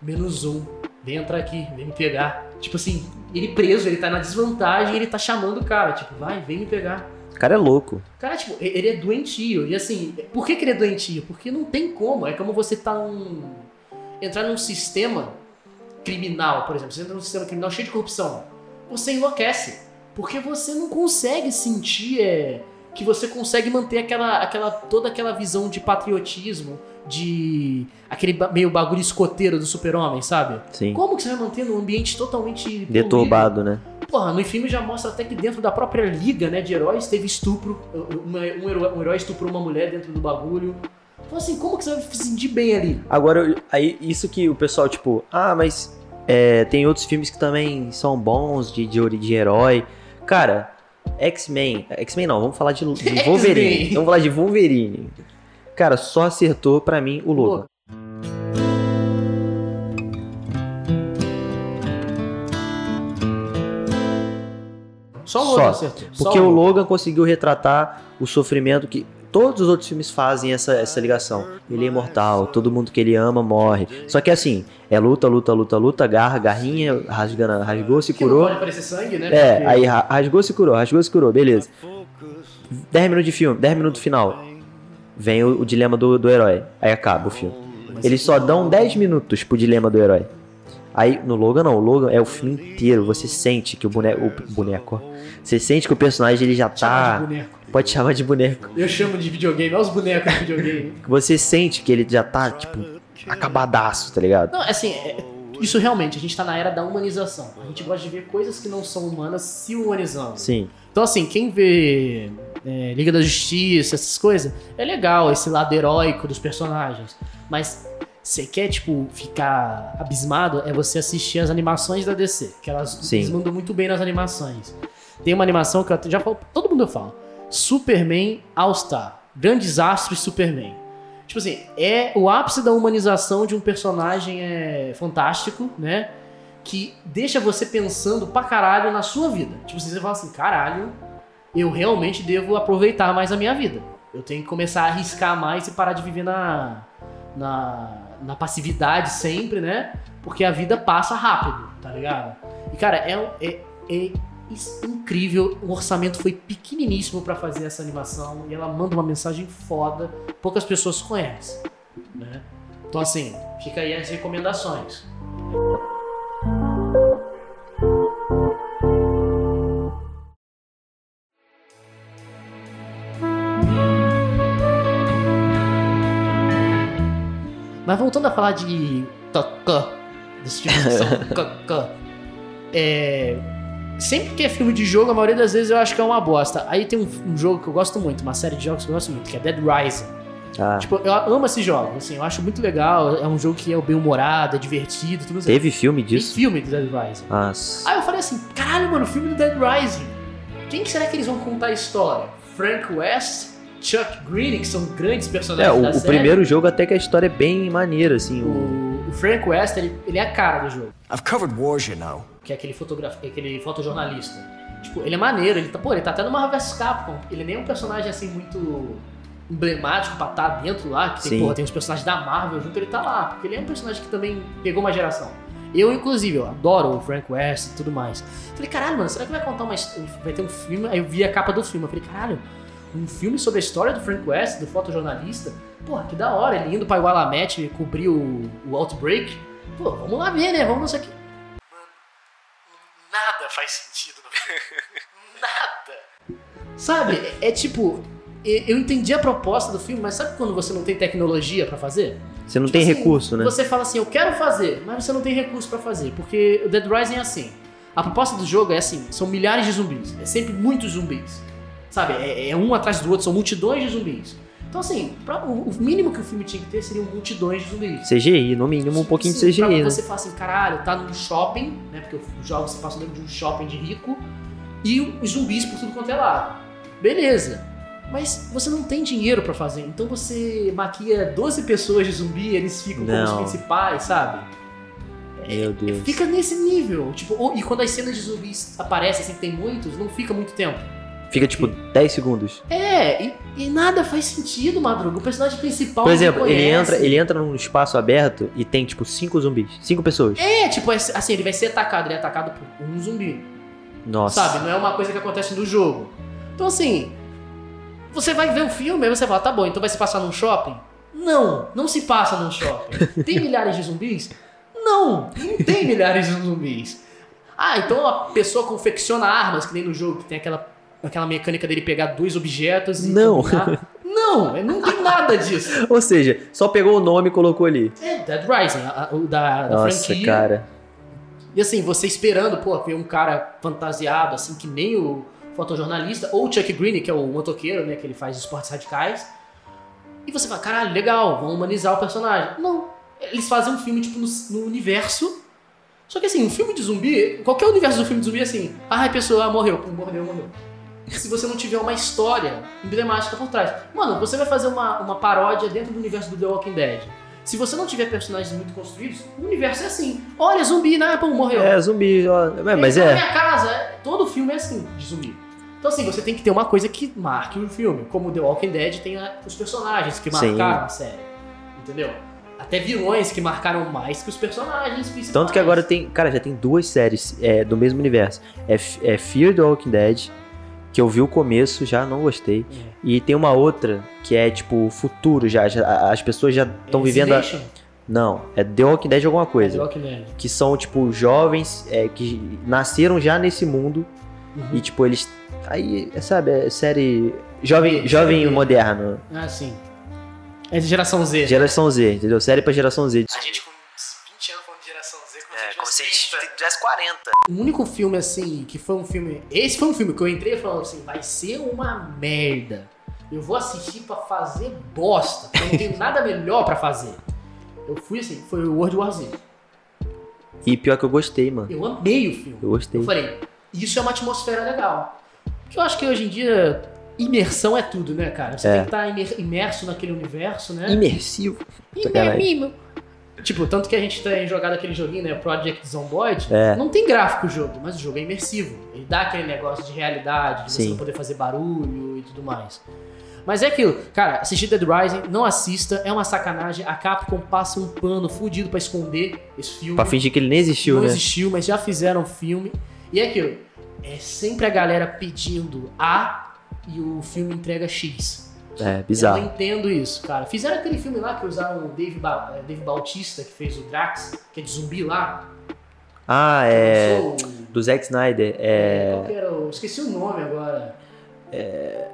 Speaker 3: menos um, vem entrar aqui, vem me pegar. Tipo assim, ele preso, ele tá na desvantagem, ele tá chamando o cara, tipo, vai, vem me pegar.
Speaker 2: O cara é louco.
Speaker 3: O Cara, tipo, e- ele é doentio. E assim, por que, que ele é doentio? Porque não tem como. É como você tá num. entrar num sistema criminal, por exemplo. Você entra num sistema criminal cheio de corrupção. Você enlouquece. Porque você não consegue sentir é, que você consegue manter aquela, aquela, toda aquela visão de patriotismo, de aquele ba- meio bagulho escoteiro do super-homem, sabe?
Speaker 2: Sim.
Speaker 3: Como que você vai manter num ambiente totalmente poluído?
Speaker 2: Deturbado, né?
Speaker 3: Porra, no filme já mostra até que dentro da própria liga, né, de heróis, teve estupro. Uma- um, heró- um herói estuprou uma mulher dentro do bagulho. Então assim, como que você vai se sentir bem ali?
Speaker 2: Agora, eu- aí, isso que o pessoal, tipo, ah, mas é, tem outros filmes que também são bons de, de, ori- de herói. Cara, X-Men. X-Men não, vamos falar de, de Wolverine.
Speaker 3: X-Men.
Speaker 2: vamos falar de Wolverine. Cara, só acertou pra mim o Logan.
Speaker 3: Só o
Speaker 2: Só.
Speaker 3: Logan acertou. Só
Speaker 2: Porque o
Speaker 3: Logan.
Speaker 2: Logan conseguiu retratar o sofrimento que todos os outros filmes fazem essa, essa ligação. Ele é imortal, todo mundo que ele ama morre. Só que assim, é luta, luta, luta, luta, garra, garrinha, rasga, rasgou, se
Speaker 3: Porque não
Speaker 2: curou.
Speaker 3: pode aparecer sangue, né?
Speaker 2: É,
Speaker 3: Porque-
Speaker 2: aí ra- rasgou, se curou, rasgou, se curou, beleza. 10 minutos de filme, 10 minutos do final. Vem o, o dilema do, do herói. Aí acaba o filme. Eles só dão 10 minutos pro dilema do herói. Aí no Logan não, o Logan é o filme inteiro. Você sente que o boneco. O boneco. ó. Você sente que o personagem ele já
Speaker 3: Chamar de
Speaker 2: tá.
Speaker 3: boneco.
Speaker 2: Pode chamar de boneco.
Speaker 3: Eu chamo de videogame, olha os bonecos de videogame.
Speaker 2: Você sente que ele já tá, tipo, acabadaço, tá ligado?
Speaker 3: Não, assim, é- isso realmente, a gente tá na era da humanização. A gente gosta de ver coisas que não são humanas se humanizando.
Speaker 2: Sim.
Speaker 3: Então, assim, quem vê é, Liga da Justiça, essas coisas, é legal esse lado heróico dos personagens. Mas você quer, tipo, ficar abismado, é você assistir as animações da DC. Que elas
Speaker 2: Sim.
Speaker 3: eles mandam muito bem nas animações. Tem uma animação que eu até já falo, todo mundo fala. Superman All-Star. Grandes astros Superman. Tipo assim, é o ápice da humanização de um personagem é, fantástico, né? que deixa você pensando pra caralho na sua vida. Tipo, você fala assim, caralho, eu realmente devo aproveitar mais a minha vida. Eu tenho que começar a arriscar mais e parar de viver na, na, na passividade sempre, né? Porque a vida passa rápido, tá ligado? E, cara, é, um- é, é is- incrível. O orçamento foi pequeniníssimo pra fazer essa animação e ela manda uma mensagem foda. Poucas pessoas conhecem, né? Então, assim, fica aí as recomendações. Mas voltando a falar de Cacã, desse tipo de som, Cacã, é, sempre que é filme de jogo, a maioria das vezes eu acho que é uma bosta. Aí tem um, um jogo que eu gosto muito, uma série de jogos que eu gosto muito, que é Dead Rising.
Speaker 2: Ah,
Speaker 3: Tipo, eu amo esse jogo, assim, eu acho muito legal, é um jogo que é bem humorado, é divertido, tudo assim.
Speaker 2: teve filme
Speaker 3: Tem
Speaker 2: disso?
Speaker 3: filme do Dead Rising.
Speaker 2: Nossa.
Speaker 3: Aí eu falei assim, caralho, mano, o filme do Dead Rising. Quem que será que eles vão contar a história? Frank West, Chuck Green, que são grandes
Speaker 2: É,
Speaker 3: personagens
Speaker 2: o,
Speaker 3: da
Speaker 2: o
Speaker 3: série.
Speaker 2: primeiro jogo até que a história é bem maneira, assim. o-
Speaker 3: O, o Frank West, ele, ele é a cara do jogo,
Speaker 8: I've covered wars, you know.
Speaker 3: que é aquele, fotogra- aquele fotojornalista. Tipo, ele é maneiro, ele tá, pô, ele tá até no Marvel vs Capcom. Ele nem é um personagem assim muito emblemático pra estar dentro lá, que
Speaker 2: Sim.
Speaker 3: tem, porra, tem os personagens da Marvel junto, ele tá lá, porque ele é um personagem que também pegou uma geração. Eu, inclusive, eu adoro o Frank West e tudo mais. Falei, caralho, mano, será que vai contar uma his- Vai ter um filme? Aí eu vi a capa do filme. Eu falei, caralho, um filme sobre a história do Frank West, do fotojornalista? Porra, que da hora, ele indo pra Igualamet cobrir o, o Outbreak. Pô, vamos lá ver, né? Vamos nisso aqui. Nada faz sentido no filme. Nada. Sabe? É, é tipo. e- e- eu entendi a proposta do filme, mas sabe quando você não tem tecnologia pra fazer?
Speaker 2: Você não
Speaker 3: Tipo
Speaker 2: tem
Speaker 3: assim,
Speaker 2: recurso, né?
Speaker 3: Você fala assim, eu quero fazer, mas você não tem recurso pra fazer, porque o Dead Rising é assim. A proposta do jogo é assim, são milhares de zumbis, é sempre muitos zumbis. Sabe, é, é um atrás do outro, são multidões de zumbis. Então assim, pra- o, o mínimo que o filme tinha que ter seriam multidões de zumbis.
Speaker 2: CGI, no mínimo um pouquinho de
Speaker 3: Sim, pra
Speaker 2: CGI, né?
Speaker 3: você fala assim, caralho, tá num shopping, né? Porque os jogos se passam dentro de um shopping de rico e um, os zumbis por tudo quanto é lado. Beleza. Mas você não tem dinheiro pra fazer, então você maquia 12 pessoas de zumbi, eles ficam
Speaker 2: Não.
Speaker 3: como os principais, sabe?
Speaker 2: Meu Deus.
Speaker 3: Fica nesse nível. Tipo, ou- e quando as cenas de zumbis aparecem, assim, que tem muitos, não fica muito tempo.
Speaker 2: Fica tipo 10 segundos.
Speaker 3: É, e, e nada faz sentido, Madruga. O personagem principal.
Speaker 2: Por
Speaker 3: ninguém
Speaker 2: exemplo, ele
Speaker 3: conhece.
Speaker 2: entra, ele entra num espaço aberto e tem tipo 5 zumbis. 5 pessoas.
Speaker 3: É, tipo, assim, ele vai ser atacado, ele é atacado por um zumbi.
Speaker 2: Nossa.
Speaker 3: Sabe? Não é uma coisa que acontece no jogo. Então, assim, você vai ver o filme e você fala, tá bom, então vai se passar num shopping? Não, não se passa num shopping. Tem milhares de zumbis? Não, não tem milhares de zumbis. Ah, então a pessoa confecciona armas, que nem no jogo, que tem aquela, aquela mecânica dele pegar dois objetos e.
Speaker 2: Não.
Speaker 3: combinar. Não, não tem nada disso.
Speaker 2: Ou seja, só pegou o nome e colocou ali.
Speaker 3: É Dead Rising, a- a- o da, da
Speaker 2: Nossa,
Speaker 3: franquia.
Speaker 2: cara.
Speaker 3: E assim, você esperando, pô, ver um cara fantasiado, assim, que nem o fotojornalista, ou o Chuck Greene, que é o motoqueiro, né, que ele faz esportes radicais. E você fala, caralho, legal, vão humanizar o personagem. Não, eles fazem um filme, tipo, no, no universo. Só que assim, um filme de zumbi, qualquer universo do filme de zumbi é assim, ah, a pessoa morreu, pum, morreu, morreu. Se você não tiver uma história emblemática por trás. Mano, você vai fazer uma, uma paródia dentro do universo do The Walking Dead. Se você não tiver personagens muito construídos, o universo é assim. Olha, zumbi, na Apple morreu.
Speaker 2: É, zumbi, ó. É, Mas
Speaker 3: Então, Na
Speaker 2: é.
Speaker 3: minha casa, é- todo filme é assim, de zumbi. Então, assim, você tem que ter uma coisa que marque o filme. Como The Walking Dead tem a- os personagens que
Speaker 2: Sim.
Speaker 3: marcaram a série. Entendeu? Até vilões que marcaram mais que os personagens principais.
Speaker 2: Tanto que agora tem. Cara, já tem duas séries é, do mesmo universo. É, F- é Fear the Walking Dead, que eu vi o começo, já não gostei.
Speaker 3: É.
Speaker 2: E tem uma outra que é tipo futuro já. já- as pessoas já estão vivendo. A...
Speaker 3: Resident,
Speaker 2: Não, é The Walking Dead alguma
Speaker 3: The
Speaker 2: coisa.
Speaker 3: Walking Dead.
Speaker 2: Que são, tipo, jovens é, que nasceram já nesse mundo e,
Speaker 3: Uhum.
Speaker 2: tipo, eles. Aí, é, sabe, é série. Jovem,
Speaker 3: Sim,
Speaker 2: jovem
Speaker 3: sim.
Speaker 2: moderno.
Speaker 3: Ah, sim. É de geração Z.
Speaker 2: Geração Z, entendeu? Série pra geração Z.
Speaker 3: A gente com 20 anos falando de geração Z, É, como
Speaker 2: tivesse 40.
Speaker 3: O único filme, assim, que foi um filme. Esse foi um filme que eu entrei falando assim: vai ser uma merda. Eu vou assistir pra fazer bosta. porque Eu não tenho nada melhor pra fazer. Eu fui assim, foi o World War Z.
Speaker 2: E pior que eu gostei, mano.
Speaker 3: Eu amei o filme.
Speaker 2: Eu gostei.
Speaker 3: Eu falei, isso é uma atmosfera legal. Porque eu acho que hoje em dia, imersão é tudo, né, cara? Você
Speaker 2: É.
Speaker 3: tem que estar imer- imerso naquele universo, né?
Speaker 2: Imersivo. Sacanagem.
Speaker 3: Imermimo. Tipo, tanto que a gente tem jogado aquele joguinho, né? Project Zomboid.
Speaker 2: É.
Speaker 3: Não tem gráfico o jogo, mas o jogo é imersivo. Ele dá aquele negócio de realidade, de
Speaker 2: Sim.
Speaker 3: você não poder fazer barulho e tudo mais. Mas é aquilo, cara, assistir Dead Rising, não assista, é uma sacanagem. A Capcom passa um pano fudido pra esconder esse filme.
Speaker 2: Pra fingir que ele nem existiu,
Speaker 3: não
Speaker 2: né?
Speaker 3: existiu, mas já fizeram filme. E é aquilo, é sempre a galera pedindo A e o filme entrega X.
Speaker 2: É,
Speaker 3: Eu
Speaker 2: bizarro.
Speaker 3: não entendo isso, cara. Fizeram aquele filme lá que usaram o Dave, Ba- eh, Dave Bautista, que fez o Drax, que é de zumbi lá.
Speaker 2: Ah, é.
Speaker 3: Lançou o-
Speaker 2: Do Zack Snyder, é.
Speaker 3: Qual que era o... Esqueci o nome agora.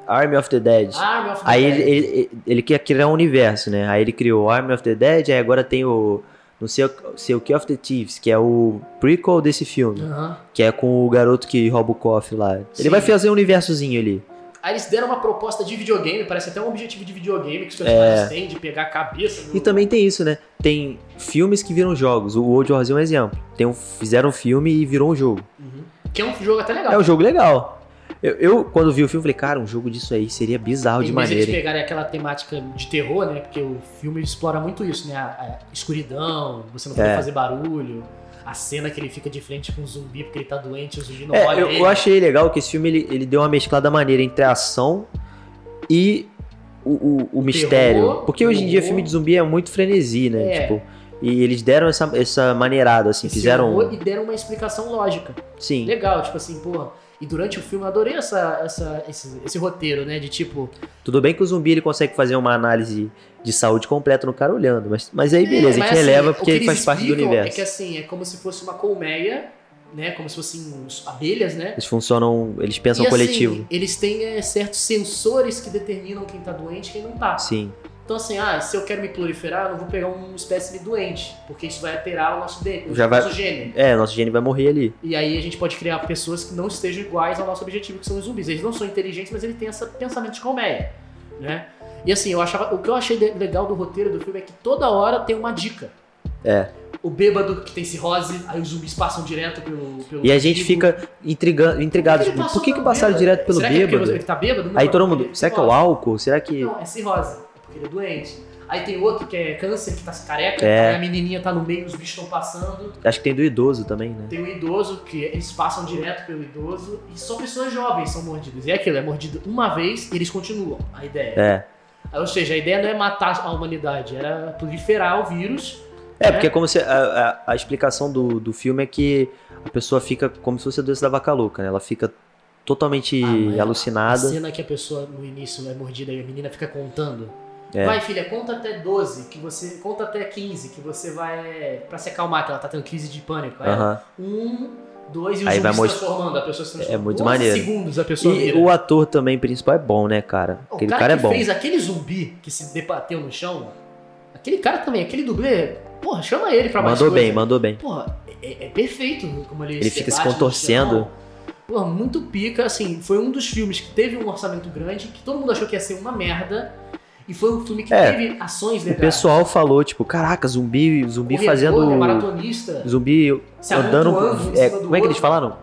Speaker 2: Army of the Dead.
Speaker 3: Army of the
Speaker 2: Aí
Speaker 3: Dead.
Speaker 2: ele, ele, ele- ele quer criar um universo, né? Aí ele criou Army of the Dead, aí agora tem o. Não sei, o- sei o que of the Thieves, que é o prequel desse filme.
Speaker 3: Aham.
Speaker 2: Que é com o garoto que rouba o cofre lá. Ele
Speaker 3: Sim.
Speaker 2: vai fazer um universozinho ali.
Speaker 3: Aí eles deram uma proposta de videogame, parece até um objetivo de videogame que os personagens têm, de pegar a cabeça do...
Speaker 2: É. E também tem isso, né? Tem filmes que viram jogos. O World War Z é um exemplo. Tem um, fizeram um filme e virou um jogo.
Speaker 3: Que é um jogo até legal.
Speaker 2: É um jogo legal. Eu, eu, quando vi o filme, falei, cara, um jogo disso aí seria bizarro de
Speaker 3: Em vez de eles
Speaker 2: maneira. hein?
Speaker 3: pegarem aquela temática de terror, né? Porque o filme explora muito isso, né? A, a escuridão, você não pode
Speaker 2: É.
Speaker 3: fazer barulho. A cena que ele fica de frente com um zumbi porque ele tá doente, o zumbi não
Speaker 2: É,
Speaker 3: olha
Speaker 2: eu,
Speaker 3: ele.
Speaker 2: eu achei legal que esse filme ele, ele deu uma mesclada maneira entre a ação e o, o- o mistério. Porque hoje em dia
Speaker 3: terror.
Speaker 2: filme de zumbi é muito frenesi, né?
Speaker 3: É.
Speaker 2: Tipo, e eles deram essa, essa maneirada, assim,
Speaker 3: Esse
Speaker 2: fizeram.
Speaker 3: humor E deram uma explicação lógica.
Speaker 2: Sim.
Speaker 3: Legal, tipo assim, porra. E durante o filme eu adorei essa, essa, esse, esse roteiro, né? De tipo.
Speaker 2: Tudo bem que o zumbi ele consegue fazer uma análise de saúde completa no cara olhando, mas, mas aí beleza, a
Speaker 3: mas
Speaker 2: gente
Speaker 3: assim,
Speaker 2: releva
Speaker 3: o
Speaker 2: porque
Speaker 3: que assim-
Speaker 2: ele
Speaker 3: eles
Speaker 2: faz parte do
Speaker 3: explicam
Speaker 2: universo.
Speaker 3: É que assim, é como se fosse uma colmeia né? Como se fossem uns- abelhas, né?
Speaker 2: Eles funcionam, eles pensam
Speaker 3: E, assim,
Speaker 2: coletivo.
Speaker 3: Eles têm é, certos sensores que determinam quem tá doente e quem não tá.
Speaker 2: Sim.
Speaker 3: Então, assim, ah, se eu quero me proliferar, eu não vou pegar um espécime doente, porque isso vai alterar o nosso, de...
Speaker 2: Já
Speaker 3: o
Speaker 2: vai-
Speaker 3: nosso gene.
Speaker 2: É, nosso gene vai morrer ali.
Speaker 3: E aí a gente pode criar pessoas que não estejam iguais ao nosso objetivo, que são os zumbis. Eles não são inteligentes, mas eles têm esse pensamento de colmeia, né? E assim, eu achava, o que eu achei de- legal do roteiro do filme é que toda hora tem uma dica.
Speaker 2: É.
Speaker 3: O bêbado que tem cirrose, aí os zumbis passam direto pelo... pelo
Speaker 2: E a gente
Speaker 3: umbigo.
Speaker 2: fica intriga- intrigado,
Speaker 3: Por ele
Speaker 2: tipo, por
Speaker 3: passou
Speaker 2: que que
Speaker 3: pelo
Speaker 2: passaram
Speaker 3: bêbado?
Speaker 2: direto pelo
Speaker 3: será Que é porque
Speaker 2: bêbado?
Speaker 3: ele tá bêbado? Não,
Speaker 2: Aí todo
Speaker 3: porque ele
Speaker 2: mundo, será que é
Speaker 3: cirrose.
Speaker 2: o álcool? Será que...
Speaker 3: Não, é cirrose, é porque ele é doente. Aí tem outro que é câncer, que tá careca,
Speaker 2: É.
Speaker 3: aí a menininha tá no meio, os bichos estão passando.
Speaker 2: Acho que tem do idoso também, né?
Speaker 3: Tem o idoso, que eles passam direto pelo idoso, e só pessoas jovens são mordidas. E é aquilo, é mordido uma vez e eles continuam, a ideia.
Speaker 2: É.
Speaker 3: Ou seja, a ideia não é matar a humanidade, era proliferar o vírus.
Speaker 2: É,
Speaker 3: né?
Speaker 2: porque é como se... A, a- a explicação do, do filme é que a pessoa fica como se fosse a doença da vaca louca, né? Ela fica totalmente
Speaker 3: Ah, mas A
Speaker 2: alucinada.
Speaker 3: cena que a pessoa no início é mordida e a menina fica contando.
Speaker 2: É.
Speaker 3: Vai, filha, conta até 12, que você. Conta até 15, que você vai. Pra se acalmar, que ela tá tendo crise de pânico. Aí ela,
Speaker 2: Aham.
Speaker 3: um, dois, e o
Speaker 2: Aí
Speaker 3: zumbi
Speaker 2: vai
Speaker 3: se
Speaker 2: most-
Speaker 3: transformando, a pessoa se transforma.
Speaker 2: muito
Speaker 3: 12
Speaker 2: maneiro.
Speaker 3: segundos a pessoa
Speaker 2: E
Speaker 3: vira.
Speaker 2: o ator também principal é bom, né, cara?
Speaker 3: O
Speaker 2: Aquele
Speaker 3: cara,
Speaker 2: cara é
Speaker 3: que
Speaker 2: bom.
Speaker 3: fez aquele zumbi que se debateu no chão, aquele cara também, aquele dublê, porra, chama ele pra mais
Speaker 2: Mandou
Speaker 3: coisa.
Speaker 2: bem, mandou bem.
Speaker 3: Porra, é, é perfeito como ele
Speaker 2: Ele fica se
Speaker 3: debate no
Speaker 2: contorcendo.
Speaker 3: chão. Porra, muito pica, assim, foi um dos filmes que teve um orçamento grande, que todo mundo achou que ia ser uma merda, e foi um filme que
Speaker 2: É,
Speaker 3: teve ações
Speaker 2: O
Speaker 3: legais.
Speaker 2: pessoal falou, tipo, caraca, zumbi, zumbi
Speaker 3: Corredor, né,
Speaker 2: fazendo.
Speaker 3: maratonista,
Speaker 2: Zumbi
Speaker 3: se
Speaker 2: andando.
Speaker 3: amontoando um em
Speaker 2: é,
Speaker 3: cima do
Speaker 2: como é que eles
Speaker 3: outro.
Speaker 2: falaram?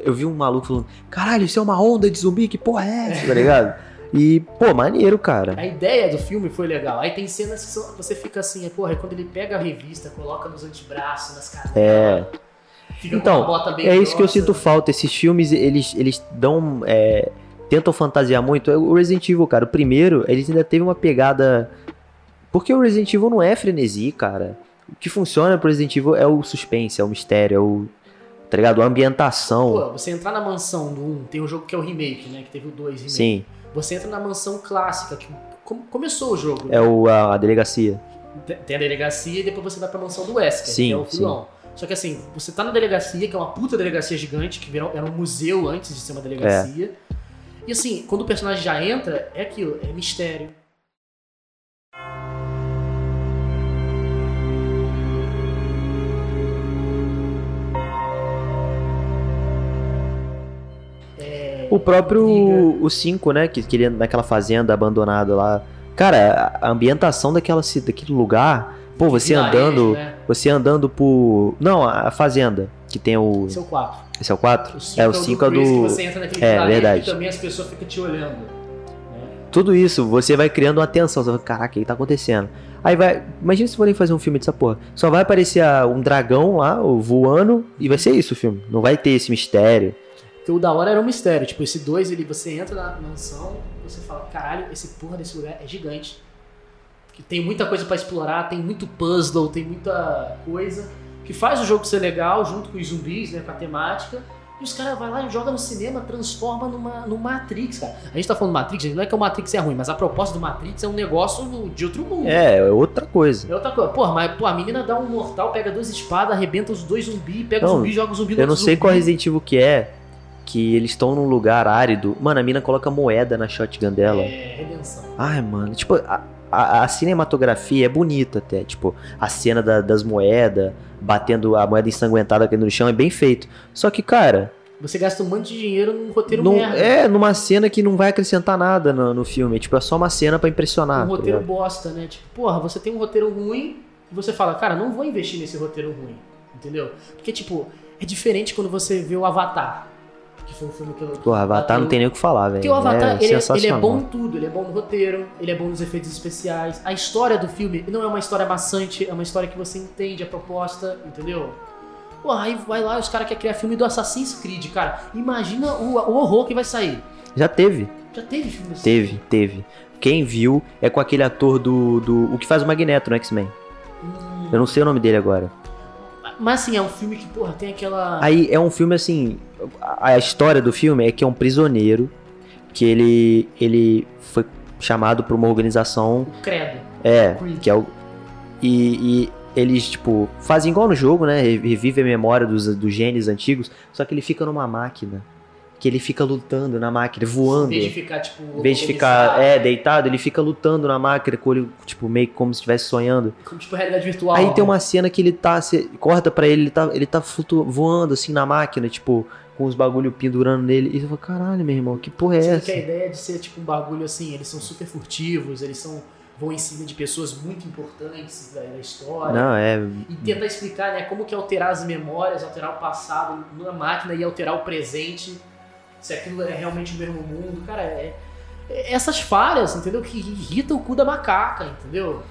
Speaker 2: Eu vi um maluco falando, caralho, isso é uma onda de zumbi, que porra é essa, tá ligado? E, pô, maneiro, cara.
Speaker 3: A ideia do filme foi legal. Aí tem cenas que são- você fica assim, é, porra, quando ele pega a revista, coloca nos antebraços, nas canelas.
Speaker 2: É.
Speaker 3: Fica
Speaker 2: Então,
Speaker 3: com uma bota bem
Speaker 2: É isso que eu
Speaker 3: grossa.
Speaker 2: sinto falta. Esses filmes, eles, eles dão. é, tentam fantasiar muito. É O Resident Evil, cara, o primeiro, eles ainda teve uma pegada. Porque o Resident Evil não é frenesi, cara. O que funciona pro Resident Evil é o suspense, é o mistério, é o. Tá ligado? A ambientação.
Speaker 3: Pô, você entrar na mansão do 1, tem um jogo que é o remake, né? Que teve o 2 remake.
Speaker 2: Sim,
Speaker 3: Você entra na mansão clássica, que com- começou o jogo.
Speaker 2: é
Speaker 3: né?
Speaker 2: o, a, a delegacia.
Speaker 3: Te- Tem a delegacia e depois você vai pra mansão do Wesker,
Speaker 2: Sim,
Speaker 3: que é o
Speaker 2: sim.
Speaker 3: vilão. Só que assim, você tá na delegacia, que é uma puta delegacia gigante, que virou- era um museu antes de ser uma delegacia.
Speaker 2: É.
Speaker 3: E assim, quando o personagem já entra, é aquilo, é mistério.
Speaker 2: O próprio
Speaker 3: Intriga.
Speaker 2: o 5, né, que, que ele anda naquela fazenda abandonada lá. Cara, a a ambientação daquela ci- daquele lugar, pô, você
Speaker 3: Vilarejo,
Speaker 2: andando,
Speaker 3: Né?
Speaker 2: você andando por, não, a a fazenda que tem o
Speaker 3: Esse é o 4.
Speaker 2: esse é o 4?
Speaker 3: cinco
Speaker 2: É o 5 é
Speaker 3: Chris, que
Speaker 2: do
Speaker 3: Você entra naquele
Speaker 2: é,
Speaker 3: vilarejo
Speaker 2: verdade.
Speaker 3: E também as pessoas ficam te olhando.
Speaker 2: tudo isso, você vai criando uma tensão, você vai, caraca, o que tá acontecendo? Aí vai, imagina se forem fazer um filme dessa porra. Só vai aparecer ah, um dragão lá, o voando, e vai ser isso o filme. Não vai ter esse mistério.
Speaker 3: Porque o da hora era um mistério. Tipo, esse 2, ele, você entra na mansão, você fala, caralho, esse porra desse lugar é gigante. Que tem muita coisa pra explorar, tem muito puzzle, tem muita coisa. Que faz o jogo ser legal, junto com os zumbis, né, com a temática. E os caras vão lá e jogam no cinema, transforma numa, numa Matrix, cara. A gente tá falando Matrix, gente, não é que o Matrix é ruim, mas a proposta do Matrix é um negócio do- de outro mundo.
Speaker 2: É, é outra coisa.
Speaker 3: É outra coisa. Porra, mas pô, a menina dá um mortal, pega duas espadas, arrebenta os dois zumbis, pega o
Speaker 2: Não,
Speaker 3: zumbi e joga o zumbi no
Speaker 2: Eu não
Speaker 3: outro
Speaker 2: sei
Speaker 3: zumbi.
Speaker 2: qual Resident Evil que é, que eles estão num lugar árido. Mano, a mina coloca moeda na shotgun dela.
Speaker 3: É, redenção.
Speaker 2: Ai, mano, tipo, a, a- a cinematografia é bonita até. Tipo, a cena da- das moedas, batendo a moeda ensanguentada caindo no chão, é bem feito. Só que, cara,
Speaker 3: Você gasta um monte de dinheiro num roteiro
Speaker 2: não-
Speaker 3: merda.
Speaker 2: é numa cena que não vai acrescentar nada no, no filme. Tipo, é só uma cena pra impressionar.
Speaker 3: um
Speaker 2: tá
Speaker 3: roteiro
Speaker 2: ligado?
Speaker 3: bosta, né? Tipo, porra, você tem um roteiro ruim e você fala, cara, não vou investir nesse roteiro ruim. Entendeu? Porque, tipo, é diferente quando você vê o Avatar. Que foi um filme que eu.
Speaker 2: Porra, Avatar não tem nem o que falar, velho.
Speaker 3: Porque o Avatar,
Speaker 2: é
Speaker 3: ele, é, ele é
Speaker 2: sensacional.
Speaker 3: bom em tudo. Ele é bom no roteiro, ele é bom nos efeitos especiais. A história do filme não é uma história maçante, é uma história que você entende a proposta, entendeu? Porra, aí vai lá e os caras querem criar filme do Assassin's Creed, cara. Imagina o, o horror que vai sair.
Speaker 2: Já teve.
Speaker 3: Já teve filme assim?
Speaker 2: Teve, teve. Quem viu é com aquele ator do. do o que faz o Magneto no X-Men. Eu não sei o nome dele agora.
Speaker 3: Mas assim, é um filme que, porra, tem aquela.
Speaker 2: Aí é um filme assim. A a história do filme é que é um prisioneiro que ele. ele foi chamado pra uma organização.
Speaker 3: Credo.
Speaker 2: É,
Speaker 3: Creed.
Speaker 2: que é o. E, e eles, tipo, fazem igual no jogo, né? Re- Revive a memória dos, dos genes antigos, só que ele fica numa máquina. Que ele fica lutando na máquina,
Speaker 3: Em
Speaker 2: voando.
Speaker 3: vez de ficar, tipo.
Speaker 2: Em vez de ficar é, deitado, ele fica lutando na máquina com o olho, tipo, meio que como se estivesse sonhando.
Speaker 3: Como, tipo, realidade virtual.
Speaker 2: Aí tem uma cena que ele tá, você corta pra ele, ele tá, ele tá flutu- voando assim na máquina, tipo, com os bagulho pendurando nele. E eu falo, caralho, meu irmão, que porra é
Speaker 3: Sendo
Speaker 2: essa?
Speaker 3: que a ideia de ser tipo um bagulho assim, eles são super furtivos, eles são vão em cima de pessoas muito importantes da, da história.
Speaker 2: Não, é.
Speaker 3: E tentar explicar, né, como que alterar as memórias, alterar o passado na máquina e alterar o presente, se aquilo é realmente o mesmo mundo, cara, é, é- essas falhas, entendeu, que irritam o cu da macaca, entendeu?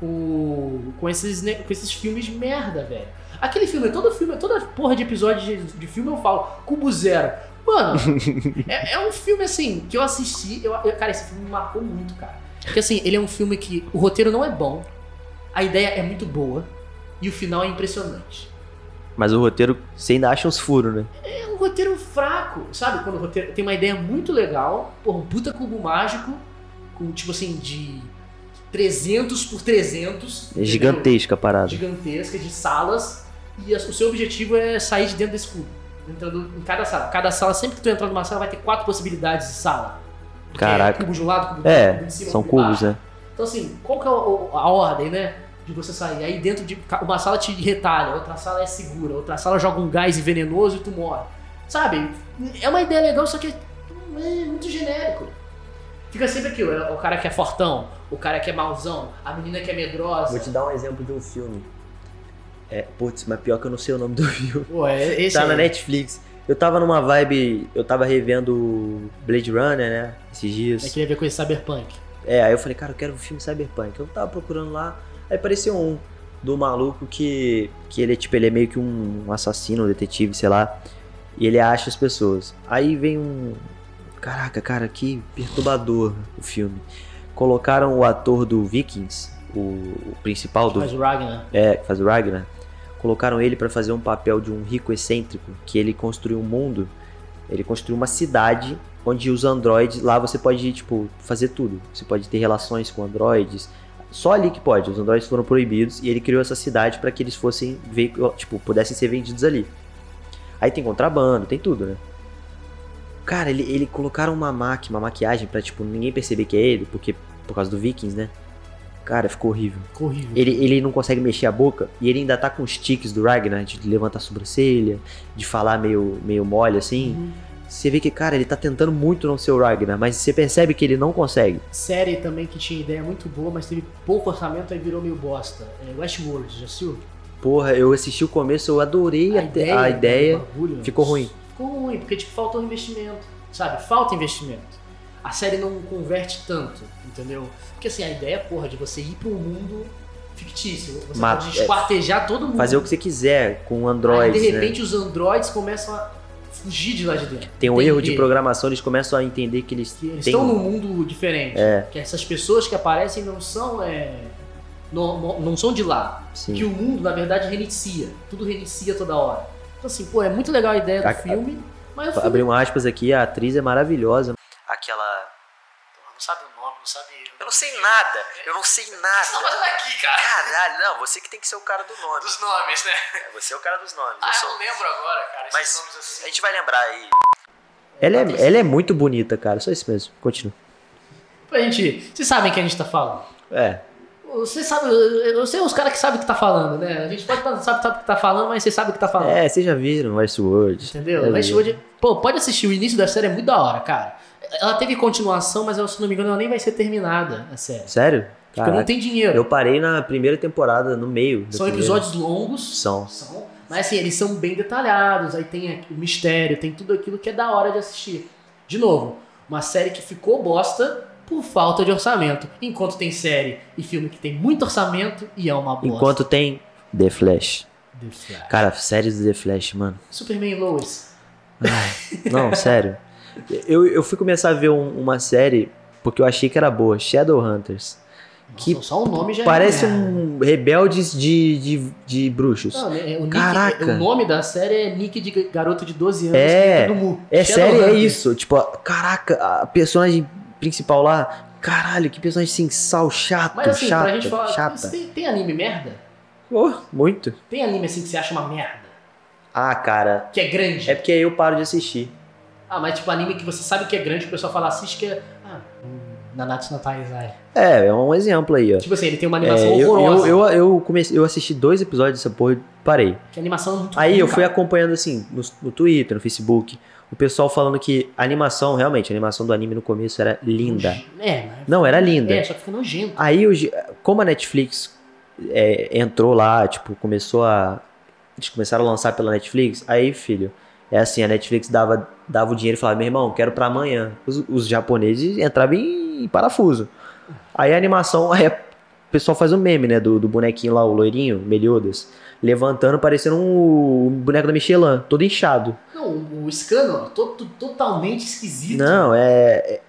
Speaker 3: Com, com, esses, ne- com esses filmes merda, velho. Aquele filme, todo filme, toda porra de episódio de, de filme eu falo, Cubo Zero. Mano, é, é um filme assim, que eu assisti, eu, eu- cara, esse filme me marcou muito, cara. Porque assim, ele é um filme que o roteiro não é bom, a ideia é muito boa, e o final é impressionante.
Speaker 2: Mas o roteiro, você ainda acha uns furos, né?
Speaker 3: É um roteiro fraco, sabe? Quando o roteiro tem uma ideia muito legal, porra, um puta cubo mágico, com tipo assim, de 300 por 300.
Speaker 2: É
Speaker 3: entendeu?
Speaker 2: gigantesca a parada.
Speaker 3: Gigantesca, de salas, e as- o seu objetivo é sair de dentro desse cubo. Entrando em cada sala. Cada sala, sempre que tu entrar numa sala, vai ter quatro possibilidades de sala. Porque É,
Speaker 2: Caraca.
Speaker 3: cubo de um lado, cubo do outro, cubo
Speaker 2: É,
Speaker 3: de cima,
Speaker 2: são
Speaker 3: cubo de
Speaker 2: cubos,
Speaker 3: baixo.
Speaker 2: né?
Speaker 3: Então, assim, qual que é o- o- a ordem, né? De você sair. Aí dentro de. ca- Uma sala te retalha, outra sala é segura, outra sala joga um gás venenoso e tu morre. Sabe? É uma ideia legal, só que é é muito genérico. Fica sempre aquilo, é o cara que é fortão, o cara que é mauzão, a menina que é medrosa.
Speaker 2: Vou te dar um exemplo de um filme. É, putz, mas pior que eu não sei o nome do filme.
Speaker 3: Pô, é esse
Speaker 2: Tá
Speaker 3: aí.
Speaker 2: na Netflix. Eu tava numa vibe. Eu tava revendo Blade Runner, né? Esses
Speaker 3: É
Speaker 2: dias.
Speaker 3: que tem a ver com esse cyberpunk.
Speaker 2: É, aí eu falei, cara, eu quero um filme cyberpunk. Eu tava procurando lá, aí apareceu um do maluco que que ele é tipo, ele é meio que um assassino, um detetive, sei lá, e ele acha as pessoas. Aí vem um Caraca, cara, que perturbador o filme. Colocaram o ator do Vikings, o, o principal do
Speaker 3: Mas o Ragnar.
Speaker 2: é, que faz o Ragnar, colocaram ele pra fazer um papel de um rico excêntrico, que ele construiu um mundo, ele construiu uma cidade onde os androides, lá você pode, tipo, fazer tudo. Você pode ter relações com androides, só ali que pode. Os androides foram proibidos e ele criou essa cidade pra que eles fossem, ve- tipo, pudessem ser vendidos ali. Aí tem contrabando, tem tudo, né? Cara, ele, ele colocaram uma máquina, uma maquiagem pra, tipo, ninguém perceber que é ele, porque por causa do Vikings, né? Cara, ficou horrível.
Speaker 3: Ficou horrível.
Speaker 2: Ele, ele não consegue mexer a boca e ele ainda tá com os tiques do Ragnar de levantar a sobrancelha, de falar meio, meio mole assim.
Speaker 3: Uhum.
Speaker 2: Você vê que, cara, ele tá tentando muito não ser o Ragnar, mas você percebe que ele não consegue.
Speaker 3: Série também que tinha ideia muito boa, mas teve pouco orçamento, aí virou meio bosta. É Westworld, já assistiu?
Speaker 2: Porra, eu assisti o começo, eu adorei a, te- a ideia.
Speaker 3: do bagulho,
Speaker 2: ficou ruim.
Speaker 3: Ficou ruim, porque tipo, faltou investimento, sabe? Falta investimento. A série não converte tanto, entendeu? Porque assim, a ideia, porra, de você ir pra um mundo fictício. Você
Speaker 2: Ma-
Speaker 3: pode esquartejar todo mundo.
Speaker 2: Fazer o que você quiser com
Speaker 3: Aí, Ah, de
Speaker 2: androids, né?
Speaker 3: repente, os androids começam a fugir de lá de dentro.
Speaker 2: Tem um
Speaker 3: Entender
Speaker 2: erro de programação, eles começam a entender que eles
Speaker 3: que eles
Speaker 2: têm um
Speaker 3: estão num mundo diferente.
Speaker 2: É.
Speaker 3: Que essas pessoas que aparecem não são... é, Não, não- não são de lá.
Speaker 2: Sim.
Speaker 3: Que o mundo, na verdade, reinicia. Tudo reinicia toda hora. Então, assim, pô, é muito legal a ideia do
Speaker 2: A-
Speaker 3: filme, mas o
Speaker 2: Fa-
Speaker 3: filme
Speaker 2: Abrir um aspas aqui, a atriz é maravilhosa. Aquela. um-
Speaker 3: Porra, não sabe o nome, não sabe.
Speaker 2: Eu não sei nada, eu não sei nada.
Speaker 3: aqui, cara?
Speaker 2: Caralho, não, você que tem que ser o cara do nome.
Speaker 3: nomes, né? Ah,
Speaker 2: Você é o cara dos nomes.
Speaker 3: lembro agora, cara. assim.
Speaker 2: Mas nomes A gente vai lembrar aí. Ela
Speaker 3: Ela
Speaker 2: é,
Speaker 3: é-
Speaker 2: muito bonita, cara. Só isso mesmo. Continua.
Speaker 3: Pra gente. Vocês sabem quem a gente tá falando.
Speaker 2: É.
Speaker 3: Vocês sabem. Eu sei os caras que sabem o que tá falando, né? A gente pode não sabe, sabe o que tá falando, mas vocês sabem o que tá falando.
Speaker 2: É, vocês já viram Westworld.
Speaker 3: Entendeu?
Speaker 2: Já
Speaker 3: Mas
Speaker 2: viram.
Speaker 3: hoje. Pô, pode assistir. O início da série é muito da hora, cara. Ela teve continuação, mas ela, se não me engano, ela nem vai ser terminada, a série.
Speaker 2: Sério?
Speaker 3: Porque não
Speaker 2: Caraca.
Speaker 3: tem dinheiro.
Speaker 2: Eu parei na primeira temporada, no meio. da
Speaker 3: São
Speaker 2: primeira.
Speaker 3: episódios longos.
Speaker 2: São.
Speaker 3: São. Mas assim, eles são bem detalhados, aí tem o mistério, tem tudo aquilo que é da hora de assistir. De novo, uma série que ficou bosta por falta de orçamento. Enquanto tem série e filme que tem muito orçamento e é uma bosta.
Speaker 2: Enquanto tem The Flash.
Speaker 3: The Flash.
Speaker 2: Cara, séries do The Flash, mano.
Speaker 3: Superman e Lois.
Speaker 2: Não, sério. Eu, eu fui começar a ver um- uma série porque eu achei que era boa. Shadowhunters.
Speaker 3: Nossa,
Speaker 2: Que
Speaker 3: só o nome já é
Speaker 2: Parece
Speaker 3: merda.
Speaker 2: um Rebeldes de, de, de bruxos.
Speaker 3: Não, né, o Nick-
Speaker 2: Caraca.
Speaker 3: o nome da série é Nick de Garoto de 12 anos.
Speaker 2: É.
Speaker 3: que entra no Mu.
Speaker 2: É
Speaker 3: Shadowhunter.
Speaker 2: sério, é isso. Tipo, a- caraca, a personagem principal lá. Caralho, que personagem sem sal, chato,
Speaker 3: Mas assim,
Speaker 2: chata,
Speaker 3: pra gente falar.
Speaker 2: chata.
Speaker 3: Tem, tem anime merda?
Speaker 2: Oh, muito.
Speaker 3: Tem anime assim que você acha uma merda,
Speaker 2: Ah, cara.
Speaker 3: que é grande.
Speaker 2: É porque aí eu paro de assistir.
Speaker 3: Ah, mas tipo anime que você sabe que é grande, que o pessoal fala, assiste que é. Ah, hum, Nanatsu no Taizai.
Speaker 2: É, é um exemplo aí, ó.
Speaker 3: Tipo assim, ele tem uma
Speaker 2: É,
Speaker 3: animação
Speaker 2: eu, eu,
Speaker 3: horrorosa.
Speaker 2: eu, eu, comecei, eu assisti dois episódios dessa porra e parei.
Speaker 3: Que a animação é muito
Speaker 2: Aí
Speaker 3: ruim,
Speaker 2: eu fui
Speaker 3: cara.
Speaker 2: acompanhando assim, no, no Twitter, no Facebook, o pessoal falando que a animação, realmente, a animação do anime no começo era linda.
Speaker 3: É, mas.
Speaker 2: Não, era linda.
Speaker 3: É, só que fica nojento.
Speaker 2: Aí, hoje, como a Netflix é, entrou lá, tipo, começou a. Eles começaram a lançar pela Netflix, aí, filho, é assim, a Netflix dava, dava o dinheiro e falava, meu irmão, quero pra amanhã. Os, os japoneses entravam em, parafuso. Aí a animação, aí o pessoal faz um meme, né, do, do bonequinho lá, o loirinho, Meliodas, levantando, parecendo um, um boneco da Michelin, todo inchado.
Speaker 3: Não, o Scano, todo totalmente esquisito.
Speaker 2: Não, é... é-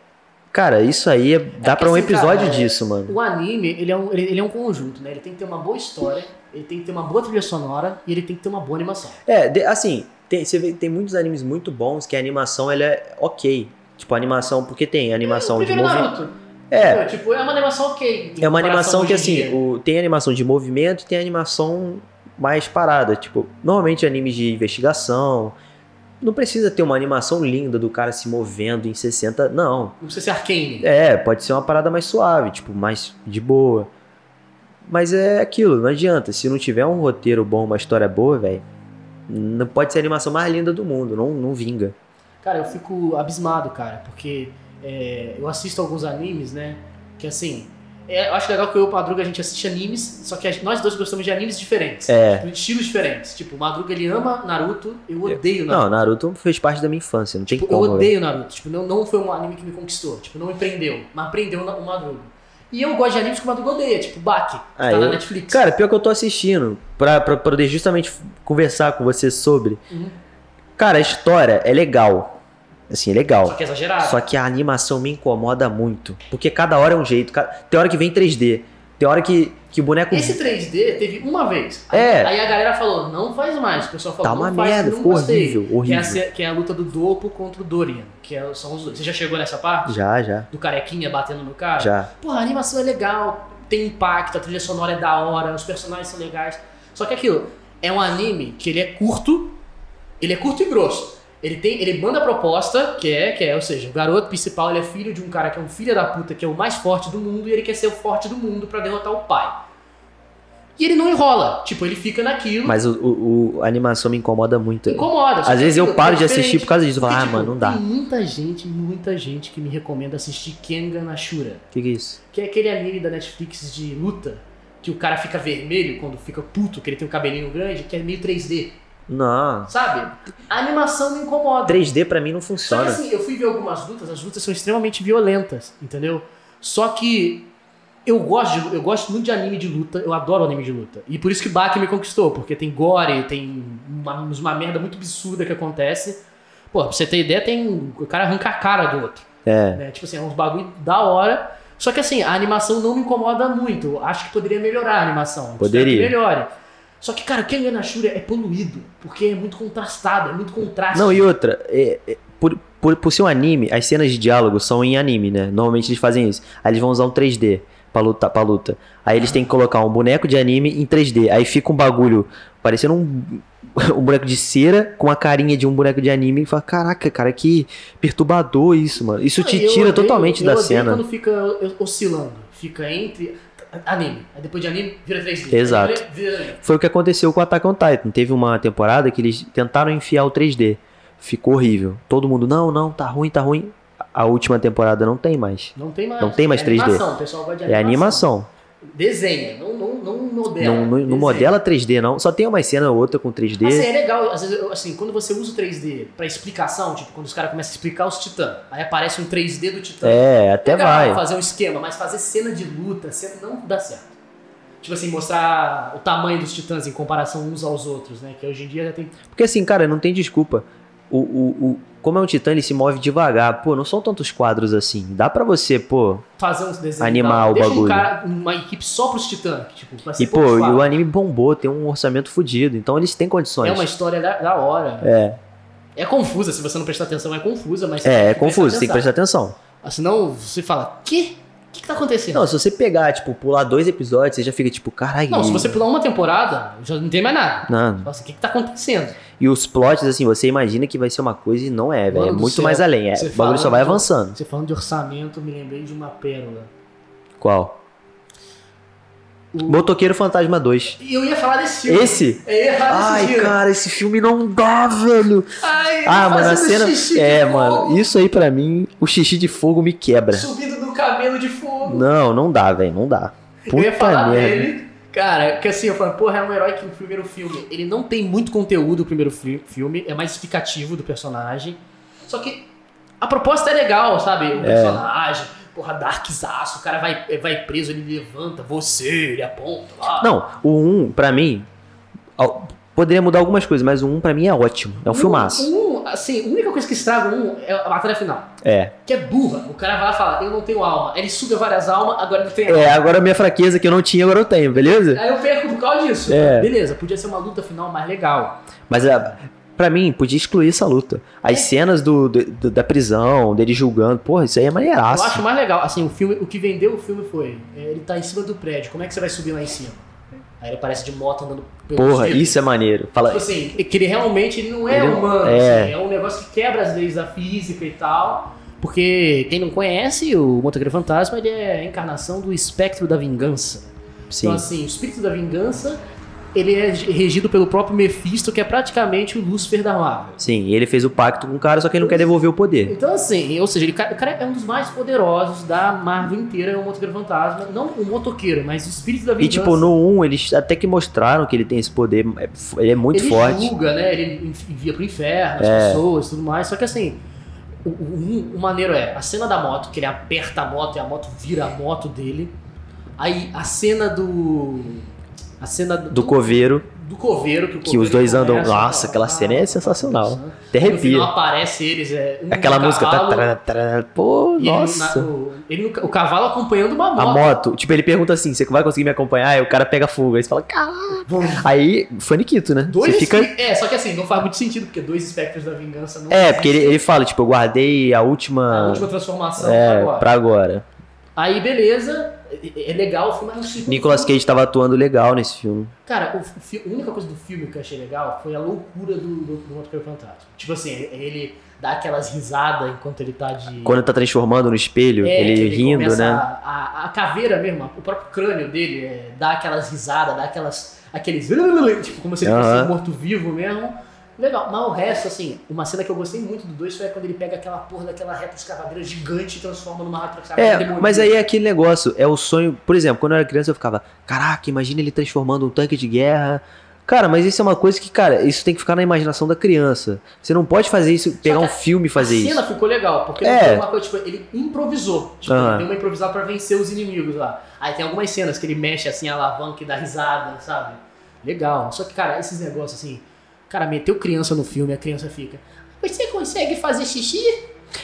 Speaker 2: Cara, isso aí é- dá pra um
Speaker 3: assim, cara,
Speaker 2: episódio
Speaker 3: é-
Speaker 2: disso, mano.
Speaker 3: O anime, ele é, um, ele, ele é um conjunto, né? Ele tem que ter uma boa história, ele tem que ter uma boa trilha sonora e ele tem que ter uma boa animação.
Speaker 2: É, de- assim, tem, você vê- tem muitos animes muito bons que a animação ela é ok. Tipo, a animação, porque tem
Speaker 3: O
Speaker 2: animação de
Speaker 3: primeiro
Speaker 2: movimento.
Speaker 3: Naruto.
Speaker 2: É,
Speaker 3: entendeu? Tipo, é uma animação ok. em
Speaker 2: é uma
Speaker 3: comparação
Speaker 2: animação que
Speaker 3: hoje em
Speaker 2: assim,
Speaker 3: dia.
Speaker 2: o- tem animação de movimento e tem animação mais parada. Tipo, normalmente animes de investigação. Não precisa ter uma animação linda do cara se movendo em 60. Não.
Speaker 3: Não precisa ser arcane.
Speaker 2: É, pode ser uma parada mais suave, tipo, mais de boa. Mas é aquilo, não adianta. Se não tiver um roteiro bom, uma história boa, velho, não pode ser a animação mais linda do mundo, não, não vinga.
Speaker 3: Cara, eu fico abismado, cara, porque é, eu assisto alguns animes, né? Que assim, é, eu acho legal que eu e o Madruga a gente assiste animes, só que a- nós dois gostamos de animes diferentes.
Speaker 2: É.
Speaker 3: Tipo, de estilos diferentes. Tipo, o Madruga ele ama Naruto, eu odeio Naruto.
Speaker 2: Não, Naruto fez parte da minha infância, não tem
Speaker 3: Tipo,
Speaker 2: como.
Speaker 3: eu
Speaker 2: velho.
Speaker 3: odeio Naruto. Tipo, não, não foi um anime que me conquistou. Tipo, não me prendeu. Mas prendeu na- o Madruga. E eu gosto de animes que o Madruga odeia. Tipo, Baki, que
Speaker 2: Ah,
Speaker 3: tá na
Speaker 2: eu-
Speaker 3: Netflix.
Speaker 2: Cara, pior que eu tô assistindo, pra, pra poder justamente conversar com você sobre.
Speaker 3: Uhum.
Speaker 2: Cara, a história é legal. Assim, é
Speaker 3: Só
Speaker 2: legal.
Speaker 3: que é exagerado.
Speaker 2: Só que a animação me incomoda muito. Porque cada hora é um jeito. ca- Tem hora que vem 3D. Tem hora que, que o boneco.
Speaker 3: Esse 3D teve uma vez.
Speaker 2: É.
Speaker 3: Aí, aí a galera falou, não faz mais. O pessoal falou,
Speaker 2: Tá
Speaker 3: não
Speaker 2: uma
Speaker 3: faz,
Speaker 2: merda,
Speaker 3: não
Speaker 2: ficou
Speaker 3: gostei.
Speaker 2: horrível,
Speaker 3: Que é, a,
Speaker 2: horrível.
Speaker 3: ce- que é a luta do Dopo contra o Dorian. Que é- são os dois. Você já chegou nessa parte?
Speaker 2: Já, já,
Speaker 3: Do carequinha batendo no cara?
Speaker 2: já.
Speaker 3: Porra, a animação é legal, tem impacto, a trilha sonora é da hora, os personagens são legais. Só que aquilo, é um anime que ele é curto, ele é curto e grosso. Ele tem, ele manda a proposta, que é, que é, ou seja, o garoto principal, ele é filho de um cara que é um filho da puta, que é o mais forte do mundo e ele quer ser o forte do mundo pra derrotar o pai. E ele não enrola, tipo, ele fica naquilo.
Speaker 2: Mas o, o- o- a animação me incomoda muito.
Speaker 3: Incomoda. só
Speaker 2: Às
Speaker 3: que
Speaker 2: vezes eu
Speaker 3: aquilo
Speaker 2: paro
Speaker 3: é
Speaker 2: de assistir
Speaker 3: diferente.
Speaker 2: por causa disso. Eu falo,
Speaker 3: Porque,
Speaker 2: ah,
Speaker 3: tipo,
Speaker 2: mano, não dá.
Speaker 3: Tem
Speaker 2: O
Speaker 3: muita gente, muita gente que me recomenda assistir Kengan Ashura
Speaker 2: que, que é isso?
Speaker 3: que é aquele anime da Netflix de luta, que o cara fica vermelho quando fica puto, que ele tem um cabelinho grande, que é meio 3D,
Speaker 2: Não.
Speaker 3: sabe? A animação me incomoda.
Speaker 2: 3D pra mim não
Speaker 3: Só que
Speaker 2: funciona.
Speaker 3: assim, eu fui ver algumas lutas, as lutas são extremamente violentas, entendeu? Só que eu gosto, de- eu gosto muito de anime de luta, eu adoro anime de luta. E por isso que Baki me conquistou, porque tem gore, tem uma, uma merda muito absurda que acontece. Pô, pra você ter ideia, tem o cara arranca a cara do outro
Speaker 2: É.
Speaker 3: né? Tipo assim, é uns bagulho da hora. Só que assim, a animação não me incomoda muito. Eu Acho que poderia melhorar a animação. Eu espero
Speaker 2: Poderia.
Speaker 3: Que melhore. Só que, cara, Kengan Ashura é poluído, porque é muito contrastado, é muito contraste.
Speaker 2: Não, e outra, é- é- por, por, por ser um anime, as cenas de diálogo são em anime, né? Normalmente eles fazem isso. Aí eles vão usar um 3D pra luta. Pra luta. Aí eles têm que colocar um boneco de anime em 3D. Aí fica um bagulho parecendo um, um boneco de cera com a carinha de um boneco de anime. E fala, caraca, cara, que perturbador isso, mano. Isso
Speaker 3: Não,
Speaker 2: te
Speaker 3: e eu
Speaker 2: tira
Speaker 3: odeio-
Speaker 2: totalmente
Speaker 3: eu
Speaker 2: da
Speaker 3: odeio
Speaker 2: cena.
Speaker 3: quando fica oscilando. Fica entre anime. Aí depois de anime, vira 3D.
Speaker 2: Exato.
Speaker 3: Aí Vira, vira anime.
Speaker 2: Foi o que aconteceu com o Attack on Titan. Teve uma temporada que eles tentaram enfiar o 3D. Ficou horrível. Todo mundo, não, não, tá ruim, tá ruim. A última temporada não tem mais.
Speaker 3: Não tem mais.
Speaker 2: Não tem mais
Speaker 3: é
Speaker 2: 3D.
Speaker 3: Animação, o pessoal gosta de
Speaker 2: É animação.
Speaker 3: Desenha, não, não, não modela.
Speaker 2: Não, não- não
Speaker 3: Desenha.
Speaker 2: modela 3D, não. Só tem uma cena ou outra com 3D.
Speaker 3: Assim, é legal, às vezes, eu- assim, quando você usa o 3D pra explicação, tipo, quando os caras começam a explicar os titãs, aí aparece um 3D do titã.
Speaker 2: é, até
Speaker 3: Legal
Speaker 2: vai.
Speaker 3: Fazer um esquema, mas fazer cena de luta cena não dá certo. Tipo assim, mostrar o tamanho dos titãs em comparação uns aos outros, né? Que hoje em dia já tem.
Speaker 2: Porque assim, cara, não tem desculpa. O, o, o- como é um titã, ele se move devagar. Pô, não são tantos quadros assim. Dá pra você, pô.
Speaker 3: Fazer uns desenhos.
Speaker 2: Animar
Speaker 3: e tal.
Speaker 2: o
Speaker 3: Deixa um
Speaker 2: bagulho.
Speaker 3: cara, uma equipe só pros titãs. que, Tipo, vai ser
Speaker 2: E, pô,
Speaker 3: poucos
Speaker 2: e o
Speaker 3: quadros.
Speaker 2: anime bombou, tem um orçamento fodido. Então eles têm condições.
Speaker 3: É uma história da, da hora.
Speaker 2: É,
Speaker 3: É confusa, se você não prestar atenção, é confusa, mas. você
Speaker 2: é,
Speaker 3: tem
Speaker 2: é
Speaker 3: que prestar
Speaker 2: confuso, tem que
Speaker 3: atenção.
Speaker 2: prestar atenção.
Speaker 3: Ah, Senão você fala, que? O que, que tá acontecendo?
Speaker 2: Não, se você pegar, tipo, pular dois episódios, você já fica tipo, caralho.
Speaker 3: Não, se você pular uma temporada, já não tem mais nada.
Speaker 2: Não.
Speaker 3: Nossa, o que, que tá acontecendo?
Speaker 2: E os plots, assim, você imagina que vai ser uma coisa e não é, velho. É
Speaker 3: Mano do
Speaker 2: muito
Speaker 3: céu.
Speaker 2: mais além. É,
Speaker 3: Você
Speaker 2: o bagulho só
Speaker 3: fala
Speaker 2: vai
Speaker 3: de-
Speaker 2: avançando.
Speaker 3: Você falando de orçamento, eu me lembrei de uma pérola.
Speaker 2: Qual?
Speaker 3: O-
Speaker 2: Motoqueiro Fantasma 2.
Speaker 3: E eu ia falar desse filme.
Speaker 2: Esse?
Speaker 3: Eu ia falar desse
Speaker 2: Ai,
Speaker 3: filme.
Speaker 2: cara, esse filme não dá, velho.
Speaker 3: Ai,
Speaker 2: Ah, mano, a
Speaker 3: tá fazendo
Speaker 2: cena.
Speaker 3: xixi de
Speaker 2: É,
Speaker 3: fogo,
Speaker 2: mano, isso é- aí pra mim, o xixi de fogo me quebra.
Speaker 3: Subindo do cabelo de fogo.
Speaker 2: Não, não dá, velho, não dá.
Speaker 3: eu ia
Speaker 2: Puta
Speaker 3: falar
Speaker 2: merda.
Speaker 3: dele. Cara, que assim, eu falo, porra, é um herói que no primeiro filme. Ele não tem muito conteúdo o primeiro fi- filme, é mais explicativo do personagem. Só que a proposta é legal, sabe? O personagem, porra, Darkzaço, o cara vai, vai preso, ele levanta, você, ele aponta lá.
Speaker 2: Não, o 1, um, pra mim, ao- poderia mudar algumas coisas, mas o 1 um, pra mim é ótimo. É um filmaço.
Speaker 3: Um, assim, a única coisa que estraga um é a batalha final.
Speaker 2: É.
Speaker 3: Que é burra. O cara vai lá e fala, eu não tenho alma. Aí Ele suga várias almas, agora não tem alma.
Speaker 2: É, agora a minha fraqueza que eu não tinha, agora eu tenho, beleza?
Speaker 3: Aí eu perco por causa disso.
Speaker 2: É.
Speaker 3: Beleza, podia ser uma luta final mais legal.
Speaker 2: Mas a, pra mim, podia excluir essa luta. As cenas do, do- do- da prisão, dele julgando, porra, isso aí é
Speaker 3: Eu acho
Speaker 2: maneiraço.
Speaker 3: mais legal. Assim, o filme, o que vendeu o filme foi, é, ele tá em cima do prédio, como é que você vai subir lá em cima? Aí ele aparece de moto andando pelo
Speaker 2: Porra,
Speaker 3: vidro.
Speaker 2: isso é maneiro. Fala,
Speaker 3: Tipo assim, é que ele realmente ele não é
Speaker 2: Ele-
Speaker 3: humano.
Speaker 2: é.
Speaker 3: assim, é um negócio que quebra as leis da física e tal. Porque quem não conhece, o Motoqueiro Fantasma, ele é a encarnação do espectro da vingança.
Speaker 2: sim.
Speaker 3: Então, assim, o espírito da vingança, ele é regido pelo próprio Mephisto, que é praticamente o Lúcifer da Marvel.
Speaker 2: Sim, ele fez o pacto com o cara, só que ele não quer devolver o poder.
Speaker 3: Então, assim, ou seja, ele, o cara é um dos mais poderosos da Marvel inteira, é o motoqueiro fantasma. Não o motoqueiro, mas o espírito da
Speaker 2: E
Speaker 3: vingança.
Speaker 2: tipo, no 1, eles até que mostraram que ele tem esse poder. é f- Ele é muito
Speaker 3: ele
Speaker 2: forte. É.
Speaker 3: julga, né? Ele envia pro inferno as pessoas e tudo mais. Só que, assim, o, o, o maneiro é a cena da moto, que ele aperta a moto e a moto vira a moto dele. Aí a cena do. A cena
Speaker 2: Do coveiro.
Speaker 3: do coveiro que, o
Speaker 2: Que os
Speaker 3: coveiro
Speaker 2: dois andam-
Speaker 3: começa,
Speaker 2: nossa,
Speaker 3: tá,
Speaker 2: aquela
Speaker 3: tá,
Speaker 2: cena é
Speaker 3: tá,
Speaker 2: sensacional.
Speaker 3: tá, tá.
Speaker 2: Até
Speaker 3: No final
Speaker 2: arrepia.
Speaker 3: aparece eles, é, um
Speaker 2: Aquela
Speaker 3: no
Speaker 2: música. Tá,
Speaker 3: cavalo,
Speaker 2: tá, tá, pô,
Speaker 3: e ele na-
Speaker 2: nossa.
Speaker 3: o- ele no- o cavalo acompanhando uma
Speaker 2: A
Speaker 3: moto.
Speaker 2: moto, tipo, ele pergunta assim: você vai conseguir me acompanhar? Aí o cara pega fogo. Aí você fala, caralho. Aí, faniquito, né?
Speaker 3: Dois
Speaker 2: Você fica.
Speaker 3: espe- É, só que assim, não faz muito sentido, porque dois espectros da vingança não
Speaker 2: É, porque ele, ele fala, tipo, eu guardei a última.
Speaker 3: A última transformação
Speaker 2: é,
Speaker 3: agora.
Speaker 2: pra agora.
Speaker 3: Aí, beleza. é- É legal o filme, mas no segundo
Speaker 2: Nicolas
Speaker 3: filme-
Speaker 2: Cage tava atuando legal nesse filme.
Speaker 3: Cara, o fi- a única coisa do filme que eu achei legal foi a loucura do, do, do Motoqueiro Fantasma. Tipo assim, ele- ele dá aquelas risadas enquanto ele tá de...
Speaker 2: Quando tá transformando no espelho,
Speaker 3: É,
Speaker 2: ele,
Speaker 3: que
Speaker 2: rindo,
Speaker 3: começa
Speaker 2: né?
Speaker 3: A, a- a caveira mesmo, o próprio crânio dele é, dá aquelas risadas, dá aquelas. aqueles. Tipo, como se ele fosse
Speaker 2: Aham.
Speaker 3: um morto-vivo mesmo. Legal, mas o resto, assim, uma cena que eu gostei muito do 2 foi quando ele pega aquela porra daquela reta escavadeira gigante e transforma numa reta escavadeira
Speaker 2: É, mas aí é aquele negócio, é o sonho. Por exemplo, quando eu era criança eu ficava, caraca, imagina ele transformando um tanque de guerra. Cara, mas isso é uma coisa que, cara, isso tem que ficar na imaginação da criança. Você não pode fazer isso, pegar
Speaker 3: que
Speaker 2: um filme e fazer
Speaker 3: A cena
Speaker 2: isso.
Speaker 3: ficou legal, porque
Speaker 2: É.
Speaker 3: ele, foi uma coisa, tipo, ele improvisou. Tipo,
Speaker 2: Aham.
Speaker 3: ele deu uma improvisada pra vencer os inimigos lá. Aí tem algumas cenas que ele mexe assim a alavanca e dá risada, sabe? Legal. Só que, cara, esses negócios assim. Cara, meteu criança no filme, a criança fica. Você consegue fazer xixi?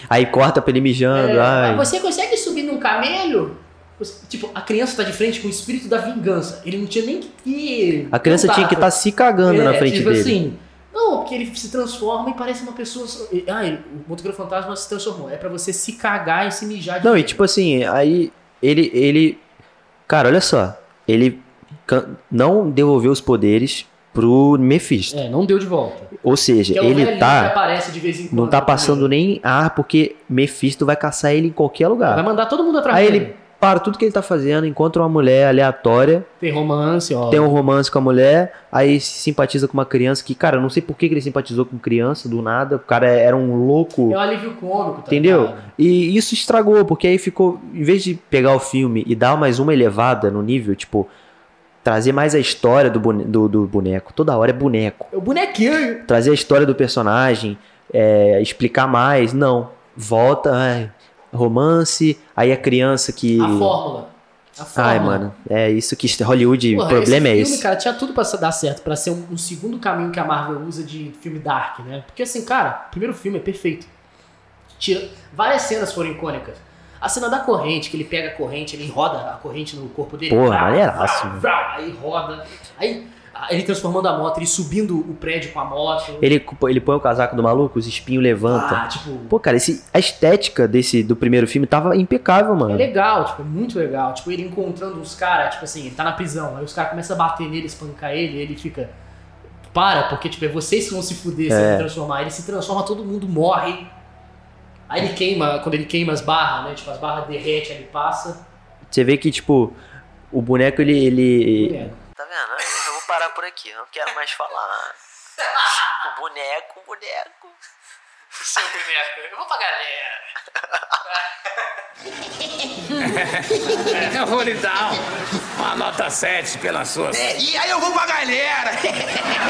Speaker 2: Aí corta pra ele mijando,
Speaker 3: É,
Speaker 2: ai.
Speaker 3: Você consegue subir num camelo? Você- Tipo, a criança tá de frente com o espírito da vingança. Ele não tinha nem que ter.
Speaker 2: A criança tinha que estar
Speaker 3: contato.
Speaker 2: tá se cagando
Speaker 3: É,
Speaker 2: na frente
Speaker 3: tipo
Speaker 2: dele.
Speaker 3: assim, não, porque ele se transforma e parece uma pessoa. Ah, ele- o motoqueiro fantasma se transformou. É pra você se cagar e se mijar de
Speaker 2: Não, e
Speaker 3: medo.
Speaker 2: tipo assim, aí ele, ele. Cara, olha só. Ele can- não devolveu os poderes pro Mephisto.
Speaker 3: É, não deu de volta.
Speaker 2: Ou seja,
Speaker 3: Que é o
Speaker 2: ele
Speaker 3: velhinho Que
Speaker 2: tá.
Speaker 3: aparece de vez em quando. né?
Speaker 2: Não tá passando nem ar porque Mephisto vai caçar ele em qualquer
Speaker 3: Vai
Speaker 2: lugar.
Speaker 3: mandar todo mundo atrás
Speaker 2: Aí
Speaker 3: dele.
Speaker 2: ele para tudo que ele tá fazendo, encontra uma mulher aleatória,
Speaker 3: Tem romance, ó.
Speaker 2: tem um romance com a mulher, aí se simpatiza com uma criança que, cara, eu não sei por que que ele simpatizou com criança do nada. O cara era um louco.
Speaker 3: É um alívio cômico, tá
Speaker 2: Entendeu?
Speaker 3: ligado?
Speaker 2: E isso estragou, porque aí ficou, em vez de pegar o filme e dar mais uma elevada no nível, tipo, trazer mais a história do, bone- do, do boneco, toda hora é boneco.
Speaker 3: É o bonequinho.
Speaker 2: Trazer a história do personagem, é, explicar mais, não. Volta, ai, romance, aí a criança que.
Speaker 3: A fórmula. A fórmula.
Speaker 2: Ai, mano, é isso que Hollywood,
Speaker 3: Porra,
Speaker 2: o problema
Speaker 3: esse
Speaker 2: é
Speaker 3: filme,
Speaker 2: esse.
Speaker 3: cara, tinha tudo pra dar certo, pra ser um, um segundo caminho que a Marvel usa de filme dark, né? Porque assim, cara, o primeiro filme é perfeito. Tira, várias cenas foram icônicas. A cena da corrente, que ele pega a corrente, ele roda a corrente no corpo dele.
Speaker 2: Porra,
Speaker 3: Vrá,
Speaker 2: maneiraço,
Speaker 3: vrá,
Speaker 2: mano.
Speaker 3: vrá, Aí roda. Aí ele transformando a moto, ele subindo o prédio com a moto.
Speaker 2: Ele, ele põe o casaco do maluco, os espinhos levantam.
Speaker 3: Ah, tipo,
Speaker 2: Pô, cara, esse, a estética desse do primeiro filme tava impecável,
Speaker 3: é
Speaker 2: mano.
Speaker 3: legal, tipo, é muito legal. Tipo, ele encontrando os caras, tipo assim, ele tá na prisão, aí os caras começam a bater nele, espancar ele, e ele fica. Para, porque tipo, é vocês que vão se fuder se eu me transformar. Ele se transforma, todo mundo morre. Aí ele queima, quando ele queima as barras, né? Tipo, as barras derrete, aí ele passa.
Speaker 2: Você vê que, tipo, o boneco, ele. ele
Speaker 3: Boneco.
Speaker 8: Tá vendo? Eu vou parar por aqui, não quero mais falar. O boneco, o boneco.
Speaker 3: Seu boneco, eu vou pra galera.
Speaker 9: Eu vou lhe dar uma nota 7 pela sua.
Speaker 7: E aí eu vou pra galera!